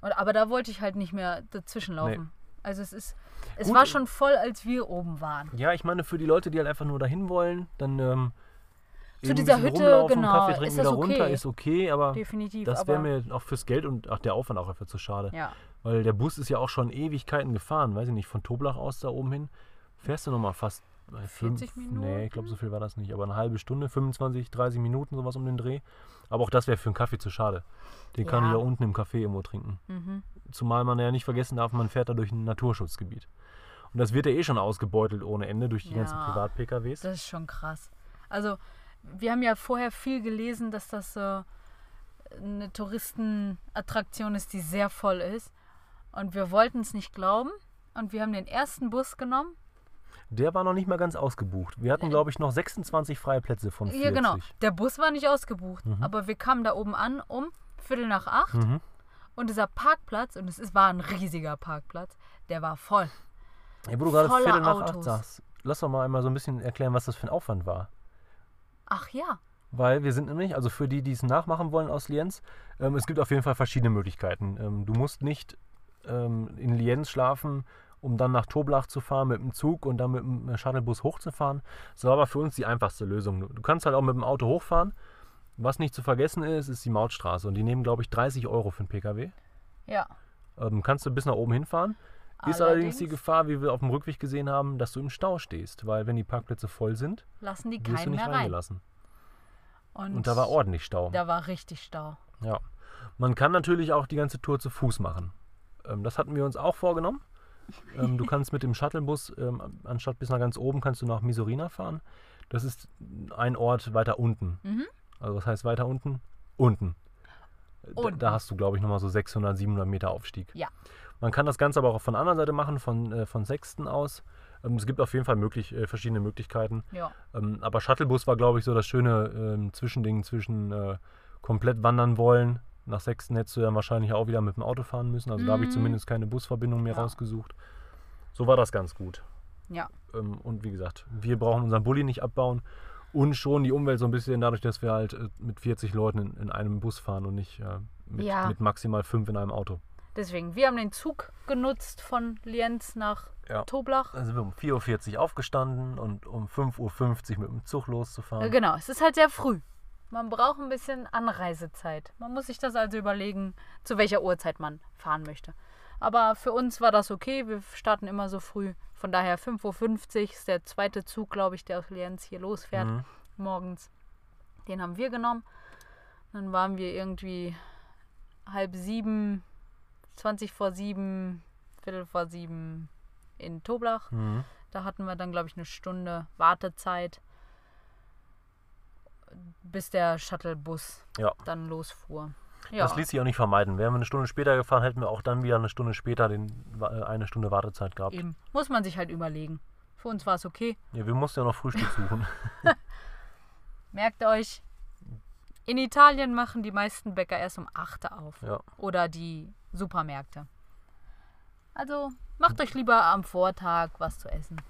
Und, aber da wollte ich halt nicht mehr dazwischen laufen. Also es ist, es
Gut.
war schon voll, als wir oben waren.
Ja, ich meine, für die Leute, die halt einfach nur dahin wollen, dann ähm,
Zu
eben ein
dieser
bisschen
Hütte,
rumlaufen,
genau,
Kaffee trinken,
ist das
wieder runter,
okay.
ist okay, aber
Definitiv.
das
aber
wäre mir auch fürs Geld und auch der Aufwand auch einfach zu schade.
ja.
Weil der Bus ist ja auch schon Ewigkeiten gefahren, weiß ich nicht, von Toblach aus da oben hin. Fährst du nochmal fast äh,
40
fünf-
Minuten?
Nee, ich glaube, so viel war das nicht. Aber eine halbe Stunde, 25, 30 Minuten, sowas um den Dreh. Aber auch das wäre für einen Kaffee zu schade. Den kann ich
Ja.
da unten im Café irgendwo trinken.
Mhm.
Zumal man ja nicht vergessen darf, man fährt da durch ein Naturschutzgebiet. Und das wird ja eh schon ausgebeutelt ohne Ende durch die ganzen
Ja.
Privat-PKWs.
Das ist schon krass. Also, wir haben ja vorher viel gelesen, dass das äh, eine Touristenattraktion ist, die sehr voll ist. Und wir wollten es nicht glauben. Und wir haben den ersten Bus genommen.
Der war noch nicht mal ganz ausgebucht. Wir hatten, glaube ich, noch 26 freie Plätze von 40.
Äh. Ja, genau. Der Bus war nicht ausgebucht. Aber wir kamen da oben an um Viertel nach acht.
Mhm.
Und dieser Parkplatz, und es ist, war ein riesiger Parkplatz, der war voll.
Ey, wo du gerade
Voller
Viertel nach acht
Autos.
sagst, lass doch mal einmal so ein bisschen erklären, was das für ein Aufwand war.
Ach ja.
Weil wir sind nämlich, also für die, die es nachmachen wollen aus Lienz, ähm, es gibt auf jeden Fall verschiedene Möglichkeiten. Ähm, du musst nicht ähm, in Lienz schlafen, um dann nach Toblach zu fahren mit dem Zug und dann mit dem äh, Shuttlebus hochzufahren. Das war aber für uns die einfachste Lösung. Du- Du kannst halt auch mit dem Auto hochfahren. Was nicht zu vergessen ist, ist die Mautstraße. Und die nehmen, glaube ich, 30 Euro für den Pkw.
Ja.
Ähm, kannst du bis nach oben hinfahren. Ist allerdings
Allerdings-
die Gefahr, wie wir auf dem Rückweg gesehen haben, dass du im Stau stehst. Weil wenn die Parkplätze voll sind,
Lassen die
wirst du
keinen
nicht
mehr rein.
reingelassen. Und da war
Ort.
ordentlich Stau.
Da war richtig Stau.
Ja. Man kann natürlich auch die ganze Tour zu Fuß machen. Ähm, das hatten wir uns auch vorgenommen. Ähm, du kannst mit dem Shuttlebus, ähm, anstatt bis nach ganz oben, kannst du nach Misurina fahren. Das ist ein Ort weiter unten.
Mhm.
Also was heißt weiter unten? Unten. Äh, da-
Unten.
Da hast du, glaube ich, nochmal so 600, 700 Meter Aufstieg.
Ja.
Man kann das Ganze aber auch von der anderen Seite machen, von, äh, von Sechsten aus. Ähm, es gibt auf jeden Fall möglich, äh, verschiedene Möglichkeiten.
Ja.
Ähm, aber Shuttlebus war, glaube ich, so das schöne ähm, Zwischending zwischen äh, komplett wandern wollen. Nach Sechsten hättest du dann wahrscheinlich auch wieder mit dem Auto fahren müssen. Also da habe ich
Mhm.
zumindest keine Busverbindung mehr
Ja.
rausgesucht. So war das ganz gut.
Ja.
Ähm, und wie gesagt, wir brauchen unseren Bulli nicht abbauen und schon die Umwelt so ein bisschen dadurch, dass wir halt äh, mit 40 Leuten in, in einem Bus fahren und nicht äh, mit,
Ja.
mit maximal fünf in einem Auto.
Deswegen, wir haben den Zug genutzt von Lienz nach
Ja.
Toblach.
Da sind wir um 4.40 Uhr aufgestanden und um 5.50 Uhr mit dem Zug loszufahren.
Äh, Genau, es ist halt sehr früh. Man braucht ein bisschen Anreisezeit. Man muss sich das also überlegen, zu welcher Uhrzeit man fahren möchte. Aber für uns war das okay. Wir starten immer so früh. Von daher 5.50 Uhr ist der zweite Zug, glaube ich, der aus Lienz hier losfährt
Mhm.
morgens. Den haben wir genommen. Dann waren wir irgendwie halb sieben, 20 vor sieben, Viertel vor sieben in Toblach.
Mhm.
Da hatten wir dann, glaube ich, eine Stunde Wartezeit, bis der Shuttlebus
Ja.
dann losfuhr. Ja,
Das ließ sich auch nicht vermeiden. Wären wir eine Stunde später gefahren, hätten wir auch dann wieder eine Stunde später den, äh, eine Stunde Wartezeit gehabt.
eben. Muss man sich halt überlegen. Für uns war es okay.
Ja, wir mussten ja noch Frühstück suchen.
Merkt euch, in Italien machen die meisten Bäcker erst um 8 Uhr auf.
ja.
Oder die Supermärkte. Also macht euch lieber am Vortag was zu essen.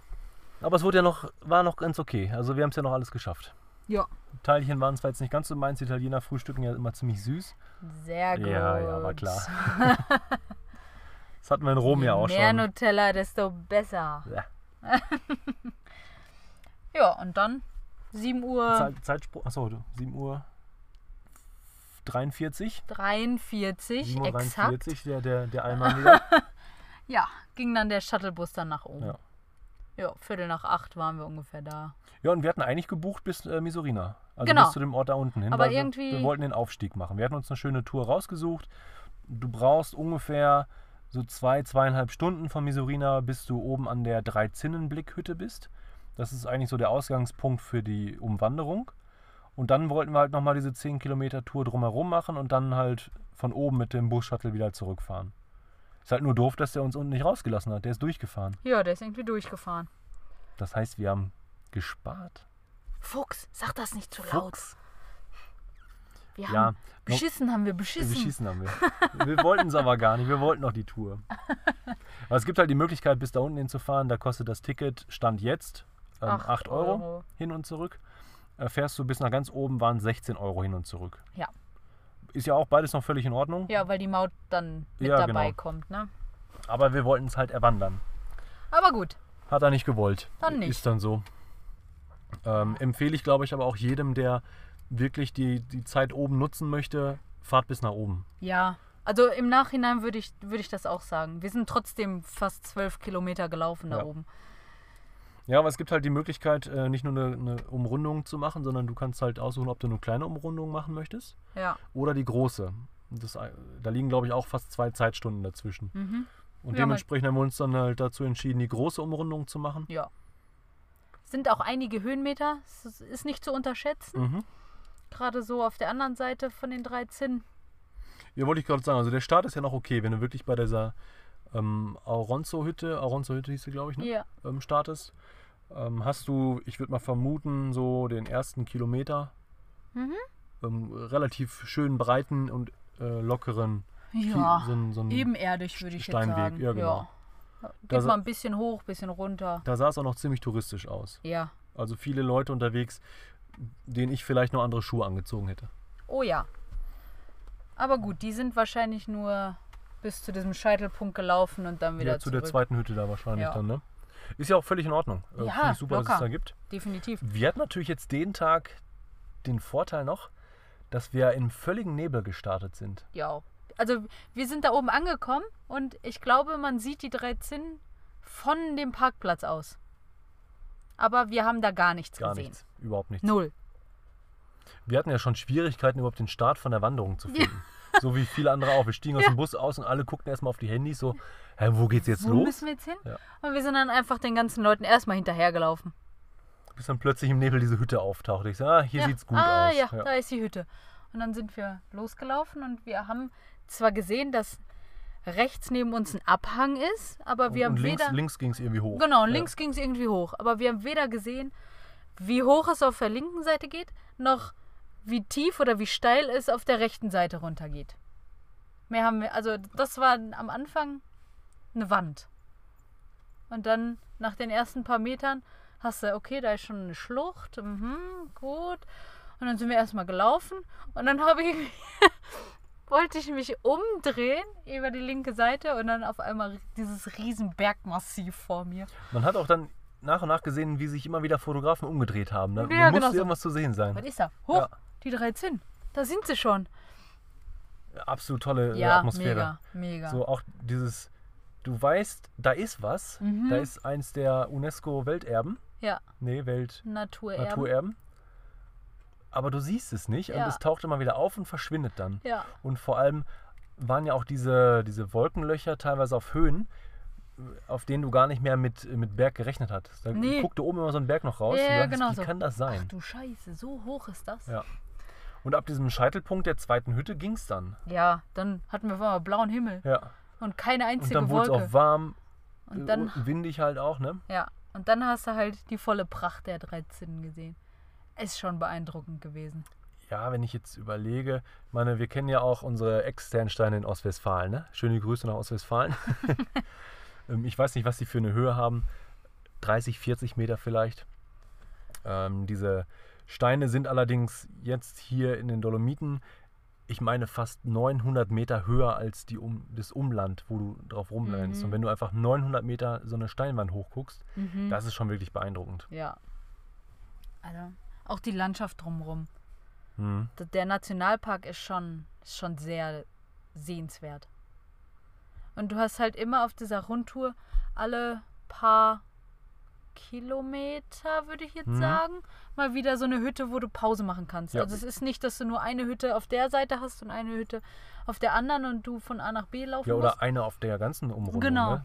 Aber es wurde ja noch, war noch ganz okay. Also wir haben es ja noch alles geschafft.
Ja.
Teilchen waren zwar jetzt nicht ganz so meins. Die Italiener frühstücken ja immer ziemlich süß.
Sehr gut.
Ja, ja, war klar. Das hatten wir in Rom ja auch
Mehr
schon.
Nutella, desto besser.
Ja.
Ja, und dann 7 Uhr
Zeit, Zeitsprung. Achso, 7 Uhr 43.
43
7 Uhr
exakt.
43, der, der, der Allmann wieder.
Ja, ging dann der Shuttlebus dann nach oben.
Ja.
Ja. Viertel nach acht waren wir ungefähr da.
Ja, und wir hatten eigentlich gebucht bis äh, Misurina. Also
Genau.
bis zu dem Ort da unten hin.
Aber
weil wir-
irgendwie-
Wir wollten den Aufstieg machen. Wir hatten uns eine schöne Tour rausgesucht. Du brauchst ungefähr so zwei, zweieinhalb Stunden von Misurina, bis du oben an der Dreizinnenblickhütte bist. Das ist eigentlich so der Ausgangspunkt für die Umwanderung. Und dann wollten wir halt nochmal diese 10 Kilometer Tour drumherum machen und dann halt von oben mit dem Bus-Shuttle wieder zurückfahren. Ist halt nur doof, dass der uns unten nicht rausgelassen hat. Der ist durchgefahren.
Ja, der ist irgendwie durchgefahren.
Das heißt, wir haben gespart.
Fuchs, sag das nicht zu laut.
Fuchs.
Wir
Ja,
haben beschissen, haben wir beschissen.
Wir schießen haben wir. Wir wollten es aber gar nicht. Wir wollten noch die Tour. Aber es gibt halt die Möglichkeit, bis da unten hinzufahren. Da kostet das Ticket, Stand jetzt, ähm,
Acht
8 Euro,
Euro.
hin und zurück. Äh, fährst du bis nach ganz oben, waren 16 Euro hin und zurück.
Ja.
Ist ja auch beides noch völlig in Ordnung.
Ja, weil die Maut dann mit
Ja,
dabei
genau.
kommt, ne?
Aber wir wollten es halt erwandern.
Aber gut,
Hat er nicht gewollt.
Dann nicht.
Ist dann so. Ähm, empfehle ich, glaube ich, aber auch jedem, der wirklich die, die Zeit oben nutzen möchte, fahrt bis nach oben.
ja. Also im Nachhinein würde ich, würde ich das auch sagen. Wir sind trotzdem fast zwölf Kilometer gelaufen da
Ja.
oben.
Ja, aber es gibt halt die Möglichkeit, äh, nicht nur eine, eine Umrundung zu machen, sondern du kannst halt aussuchen, ob du eine kleine Umrundung machen möchtest
Ja.
oder die große. Das, äh, da liegen, glaube ich, auch fast zwei Zeitstunden dazwischen.
Mhm.
Und
Ja, man-
dementsprechend haben wir uns dann halt dazu entschieden, die große Umrundung zu machen.
Ja. Sind auch einige Höhenmeter. Es ist nicht zu unterschätzen.
Mhm.
Gerade so auf der anderen Seite von den drei Zinnen.
Ja, wollte ich gerade sagen. Also der Start ist ja noch okay, wenn du wirklich bei dieser ähm, Auronzo-Hütte, Auronzo-Hütte hieß sie, glaube ich, ne?
Ja.
ähm, startest, ähm, hast du, ich würde mal vermuten, so den ersten Kilometer
Mhm.
ähm, relativ schön breiten und äh, lockeren Ki- Hm, so
Ja.
einen- so einen-
Ebenerdig würde ich
Steinweg,
jetzt sagen.
ja, genau.
Geht
Da sa-
mal ein bisschen hoch, bisschen runter.
Da sah es auch noch ziemlich touristisch aus.
Ja.
Also viele Leute unterwegs, denen ich vielleicht noch andere Schuhe angezogen hätte.
Oh ja. Aber gut, die sind wahrscheinlich nur bis zu diesem Scheitelpunkt gelaufen und dann wieder
ja, zu
zurück.
der zweiten Hütte da wahrscheinlich
Ja.
dann, ne? Ist ja auch völlig in Ordnung. Äh,
Ja,
Finde ich super, dass es
locker.
da gibt.
Definitiv.
Wir hatten natürlich jetzt den Tag den Vorteil noch, dass wir in völligen Nebel gestartet sind.
Ja. Also wir sind da oben angekommen und ich glaube, man sieht die 13 von dem Parkplatz aus. Aber wir haben da gar nichts
Gar
gesehen.
nichts. Überhaupt nichts.
Null.
Wir hatten ja schon Schwierigkeiten, überhaupt den Start von der Wanderung zu finden. So wie viele andere auch. Wir stiegen aus dem Bus aus und alle guckten erstmal auf die Handys so, hä, wo geht's jetzt
Wo
los?
müssen wir jetzt hin?
Ja.
Und wir sind dann einfach den ganzen Leuten erstmal hinterhergelaufen.
Bis dann plötzlich im Nebel diese Hütte auftauchte. Ich sag, ah, hier
ja.
sieht's gut
ah,
aus.
Ja, da ist die Hütte. Und dann sind wir losgelaufen und wir haben zwar gesehen, dass rechts neben uns ein Abhang ist, aber wir
und,
haben
und links,
weder.
links ging's irgendwie hoch.
Genau, und
Ja.
links ging es irgendwie hoch. Aber wir haben weder gesehen, wie hoch es auf der linken Seite geht, noch wie tief oder wie steil es auf der rechten Seite runtergeht. Mehr haben wir, also das war am Anfang eine Wand. Und dann nach den ersten paar Metern hast du, okay, da ist schon eine Schlucht, mhm, gut. Und dann sind wir erstmal gelaufen und dann habe ich, wollte ich mich umdrehen über die linke Seite und dann auf einmal dieses riesen Bergmassiv vor mir.
Man hat auch dann nach und nach gesehen, wie sich immer wieder Fotografen umgedreht haben. Da
Ja,
da musste
genau so.
irgendwas zu sehen sein.
Was ist da? Hoch,
Ja.
die 13. Da sind sie schon.
Absolut tolle äh,
Ja,
Atmosphäre.
mega, mega.
So auch dieses, du weißt, da ist was.
Mhm.
Da ist eins der UNESCO-Welterben.
Ja,
Nee, Welt.
Naturerben.
Naturerben. Aber du siehst es nicht
Ja.
und es taucht immer wieder auf und verschwindet dann.
Ja,
Und vor allem waren ja auch diese, diese Wolkenlöcher teilweise auf Höhen, auf denen du gar nicht mehr mit, mit Berg gerechnet hattest. Da
Nee.
guckte oben immer so ein Berg noch raus
Ja,
und
ja,
du dachtest,
genau
wie
so.
kann das sein?
du Scheiße, so hoch ist das.
Ja. Und ab diesem Scheitelpunkt der zweiten Hütte ging es dann.
Ja, dann hatten wir auf einmal blauen Himmel
Ja.
und keine
Und
einzige
dann wurde es
Wolke.
auch warm,
und
äh,
dann,
windig halt auch, ne?
ja, und dann hast du halt die volle Pracht der 13 gesehen. Ist schon beeindruckend gewesen.
Ja, wenn ich jetzt überlege, ich meine, wir kennen ja auch unsere Ex-Sternsteine in Ostwestfalen. Ne? Schöne Grüße nach Ostwestfalen. Ähm, ich weiß nicht, was die für eine Höhe haben. 30, 40 Meter vielleicht. Ähm, diese Steine sind allerdings jetzt hier in den Dolomiten, ich meine, fast 900 Meter höher als die um, das Umland, wo du drauf rumlernst.
Mhm.
Und wenn du einfach 900 Meter so eine Steinwand hochguckst,
Mhm.
das ist schon wirklich beeindruckend.
Ja. Also, auch die Landschaft drumherum.
Mhm.
D- der Nationalpark ist schon, ist schon sehr sehenswert. Und du hast halt immer auf dieser Rundtour alle paar Kilometer, würde ich jetzt
Mhm.
sagen, mal wieder so eine Hütte, wo du Pause machen kannst.
Ja.
Also es ist nicht, dass du nur eine Hütte auf der Seite hast und eine Hütte auf der anderen und du von A nach B laufen
Ja,
musst,
oder eine auf der ganzen Umrundung.
Genau.
Ne?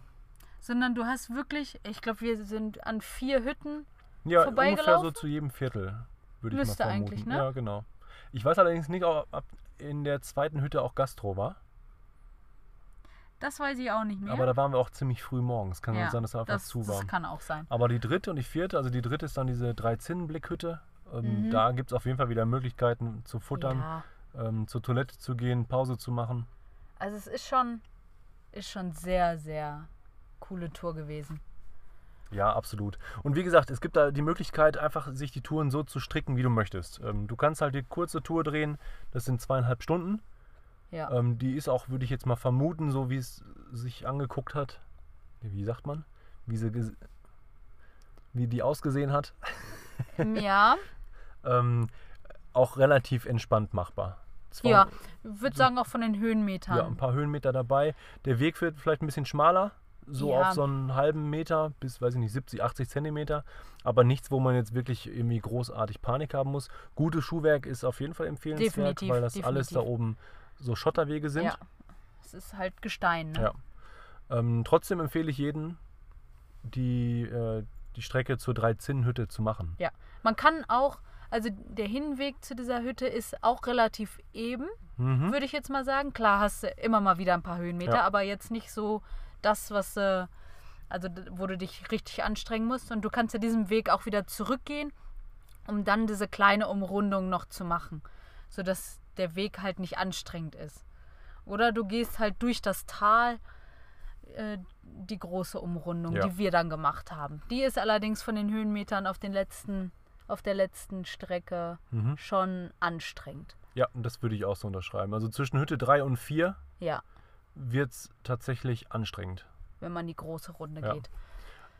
sondern du hast wirklich, ich glaube, wir sind an vier Hütten.
Ja, ungefähr so
vorbeigelaufen?
zu jedem Viertel, würde ich mal
Müsste
vermuten.
eigentlich, ne?
Ja, genau. Ich weiß allerdings nicht, ob ab in der zweiten Hütte auch Gastro war.
Das weiß ich auch nicht mehr.
Aber da waren wir auch ziemlich früh morgens. Kann
Ja,
sein, dass da einfach
das,
zu war.
das kann auch sein.
Aber die dritte und die vierte, also die dritte ist dann diese Drei-Zinnen-Blickhütte. Ähm,
Mhm.
Da gibt es auf jeden Fall wieder Möglichkeiten zu futtern,
Ja.
ähm, zur Toilette zu gehen, Pause zu machen.
Also es ist schon, ist schon sehr, sehr coole Tour gewesen.
Ja, absolut. Und wie gesagt, es gibt da die Möglichkeit, einfach sich die Touren so zu stricken, wie du möchtest. Ähm, du kannst halt die kurze Tour drehen, das sind zweieinhalb Stunden.
Ja.
Ähm, die ist auch, würde ich jetzt mal vermuten, so wie es sich angeguckt hat. Wie sagt man? Wie, sie ges- wie die ausgesehen hat. Äh.
ja,
Ähm, auch relativ entspannt machbar. Zwar-
ja. würde sagen auch von den Höhenmetern.
Oh. Ja, ein paar Höhenmeter dabei. Der Weg wird vielleicht ein bisschen schmaler, so
Ja.
auf so einen halben Meter bis, weiß ich nicht, 70, 80 Zentimeter. Aber nichts, wo man jetzt wirklich irgendwie großartig Panik haben muss. Gutes Schuhwerk ist auf jeden Fall empfehlenswert,
Definitiv,
weil das alles da
definitiv.
oben so Schotterwege sind.
Ja. Es ist halt Gestein. Ne?
Ja. Ähm, trotzdem empfehle ich jeden, die, äh, die Strecke zur Drei-Zinnen-Hütte zu machen.
Ja, man kann auch, also der Hinweg zu dieser Hütte ist auch relativ eben,
Mhm.
würde ich jetzt mal sagen. Klar hast du immer mal wieder ein paar Höhenmeter,
Ja.
aber jetzt nicht so das, was, äh, also d- wo du dich richtig anstrengen musst. Und du kannst ja diesem Weg auch wieder zurückgehen, um dann diese kleine Umrundung noch zu machen, sodass der Weg halt nicht anstrengend ist. Oder du gehst halt durch das Tal äh, die große Umrundung,
Ja.
die wir dann gemacht haben. Die ist allerdings von den Höhenmetern auf den letzten, auf der letzten Strecke
Mhm.
schon anstrengend.
Ja, und das würde ich auch so unterschreiben. Also zwischen Hütte 3 und 4
Ja,
wird es tatsächlich anstrengend.
wenn man die große Runde
Ja.
geht.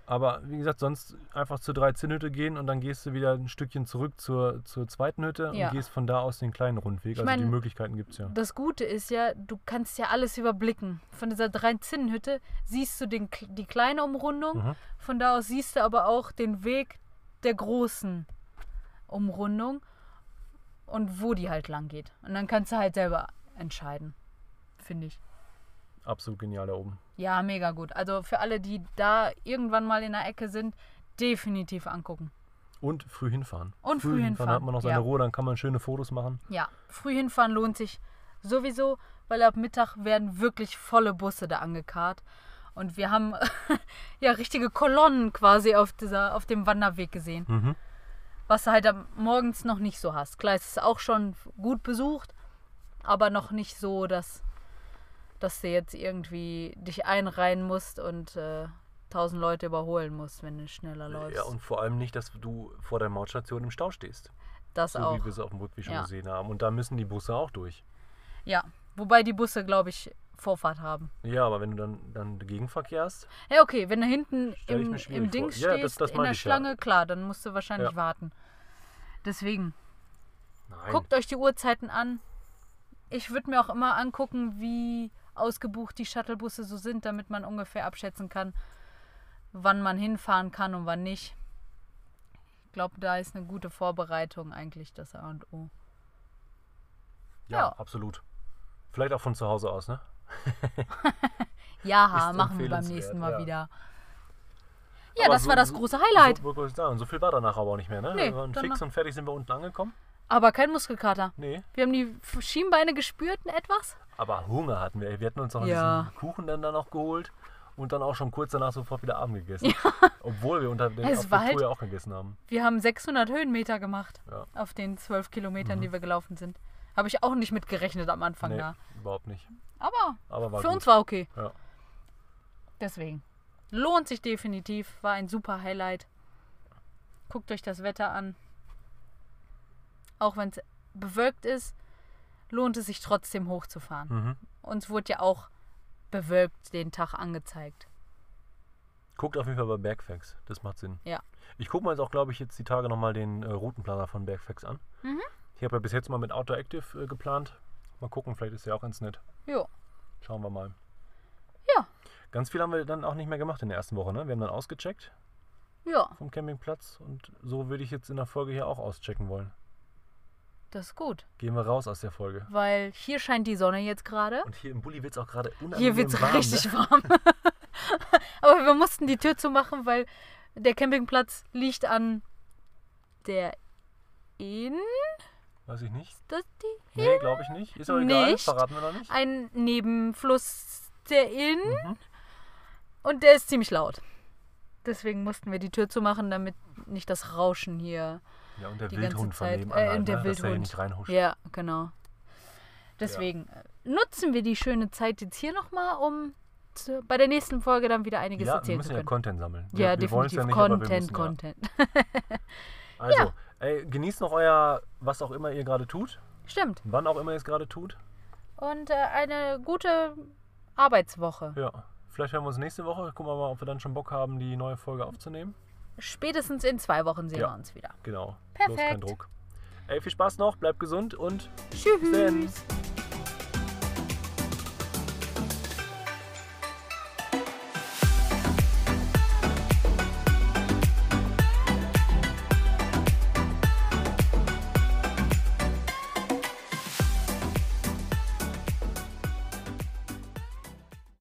Aber wie gesagt, sonst einfach zur 13 Hütte gehen und dann gehst du wieder ein Stückchen zurück zur, zur zweiten Hütte
Ja.
und gehst von da aus den kleinen Rundweg.
Ich
also
mein-
die Möglichkeiten gibt es ja.
Das Gute ist ja, du kannst ja alles überblicken. Von dieser Drei-Zinnen-Hütte siehst du den, K- die kleine Umrundung,
Mhm.
von da aus siehst du aber auch den Weg der großen Umrundung und wo die halt lang geht. Und dann kannst du halt selber entscheiden, finde ich.
Absolut genial da oben.
Ja, mega gut. Also für alle, die da irgendwann mal in der Ecke sind, definitiv angucken.
Und früh hinfahren.
Und früh hinfahren,
Dann hat man noch seine
ja.
Ruhe, dann kann man schöne Fotos machen.
Ja, früh hinfahren lohnt sich sowieso, weil ab Mittag werden wirklich volle Busse da angekarrt. Und wir haben ja richtige Kolonnen quasi auf, dieser, auf dem Wanderweg gesehen.
Mhm.
Was du halt am, morgens noch nicht so hast. Klar, es ist auch schon gut besucht, aber noch nicht so, dass, dass du jetzt irgendwie dich einreihen musst und äh, tausend Leute überholen musst, wenn du schneller läufst.
Ja, und vor allem nicht, dass du vor der Mautstation im Stau stehst.
das
So
auch.
wie wir es auf dem Rückweg schon
Ja.
gesehen haben. Und da müssen die Busse auch durch.
Ja, wobei die Busse, glaube ich, Vorfahrt haben.
Ja, aber wenn du dann, dann Gegenverkehr hast,
Ja, okay, wenn du hinten
Stell ich
im,
mir schwierig
im Ding
vor. Ja, das-
stehst,
das
in
meinte
der
ich ja.
Schlange, klar, dann musst du wahrscheinlich
Ja.
warten. Deswegen,
nein.
guckt euch die Uhrzeiten an. Ich würde mir auch immer angucken, wie ausgebucht die Shuttlebusse so sind, damit man ungefähr abschätzen kann, wann man hinfahren kann und wann nicht. Ich glaube, da ist eine gute Vorbereitung eigentlich das A und O.
ja,
ja.
absolut. Vielleicht auch von zu Hause aus, ne?
Ja,
Ist
machen wir beim nächsten
empfehlenswert,
Mal
ja.
wieder. Ja,
Aber
das
so-
war das
so-
große Highlight.
So, wollte ich sagen. so viel war danach aber auch nicht mehr, ne?
Nee,
wir waren
danach-
fix und fertig sind wir unten angekommen.
Aber kein Muskelkater.
Nee,
Wir haben die Schienbeine gespürt in etwas.
aber Hunger hatten wir. ey. Wir hatten uns noch
Ja.
diesen Kuchen dann da noch geholt und dann auch schon kurz danach sofort wieder Abend gegessen. Obwohl wir unter den
Es
auf der
war halt-
Tour ja auch gegessen haben.
Wir haben 600 Höhenmeter gemacht
Ja. Mhm.
auf den 12 Kilometern, die wir gelaufen sind. Habe ich auch nicht mitgerechnet am Anfang
Nee,
da.
überhaupt nicht.
Aber
Aber war
für
gut.
uns war okay.
Ja.
Deswegen. Lohnt sich definitiv. War ein super Highlight. Guckt euch das Wetter an. Auch wenn es bewölkt ist, lohnt es sich trotzdem hochzufahren.
Mhm.
Uns wurde ja auch bewölkt den Tag angezeigt.
Guckt auf jeden Fall bei Bergfax, das macht Sinn.
Ja.
Ich gucke mir jetzt auch, glaube ich, jetzt die Tage nochmal den äh, Routenplaner von Bergfax an.
Mhm.
Ich habe ja bis jetzt mal mit Outdoor Active äh, geplant. Mal gucken, vielleicht ist der auch ganz nett.
Jo.
Schauen wir mal.
Ja.
Ganz viel haben wir dann auch nicht mehr gemacht in der ersten Woche, ne? Wir haben dann ausgecheckt
Ja,
vom Campingplatz und so würde ich jetzt in der Folge hier auch auschecken wollen.
das ist gut.
Gehen wir raus aus der Folge.
Weil hier scheint die Sonne jetzt gerade.
Und hier im Bulli wird es auch gerade unangenehm
Hier wird es
warm, ne?
richtig warm. Aber wir mussten die Tür zumachen, weil der Campingplatz liegt an der Inn.
Ne? Weiß ich nicht.
Ist das die?
Nee, glaube ich nicht. Ist aber egal,
Nicht.
verraten wir noch nicht.
Ein Nebenfluss ist der in
Mhm.
und der ist ziemlich laut. Deswegen mussten wir die Tür zumachen, damit nicht das Rauschen hier.
Ja, und der
Die ganze
Wildhund von
Zeit,
nebenan,
äh,
halt,
und der
ne? dass der hier
Wildhund.
nicht reinhuscht.
Ja, genau. Deswegen äh, nutzen wir die schöne Zeit jetzt hier nochmal, um zu, bei der nächsten Folge dann wieder einiges
Ja, wir
erzählen zu
müssen ja
können.
Content sammeln. Wir-
ja,
wir wollen es
definitiv.
ja nicht, aber wir
Content,
müssen, ja.
Content.
Also, ey, genießt noch euer, was auch immer ihr gerade tut,
Stimmt.
wann auch immer ihr es gerade tut.
Und äh, eine gute Arbeitswoche.
Ja, vielleicht hören wir uns nächste Woche. Gucken wir mal, ob wir dann schon Bock haben, die neue Folge aufzunehmen.
Spätestens in zwei Wochen sehen
Ja.
wir uns wieder.
Genau. Bloß
Perfekt.
kein Druck. Ey, viel Spaß noch, bleibt gesund und
Tschüss.
bis dann.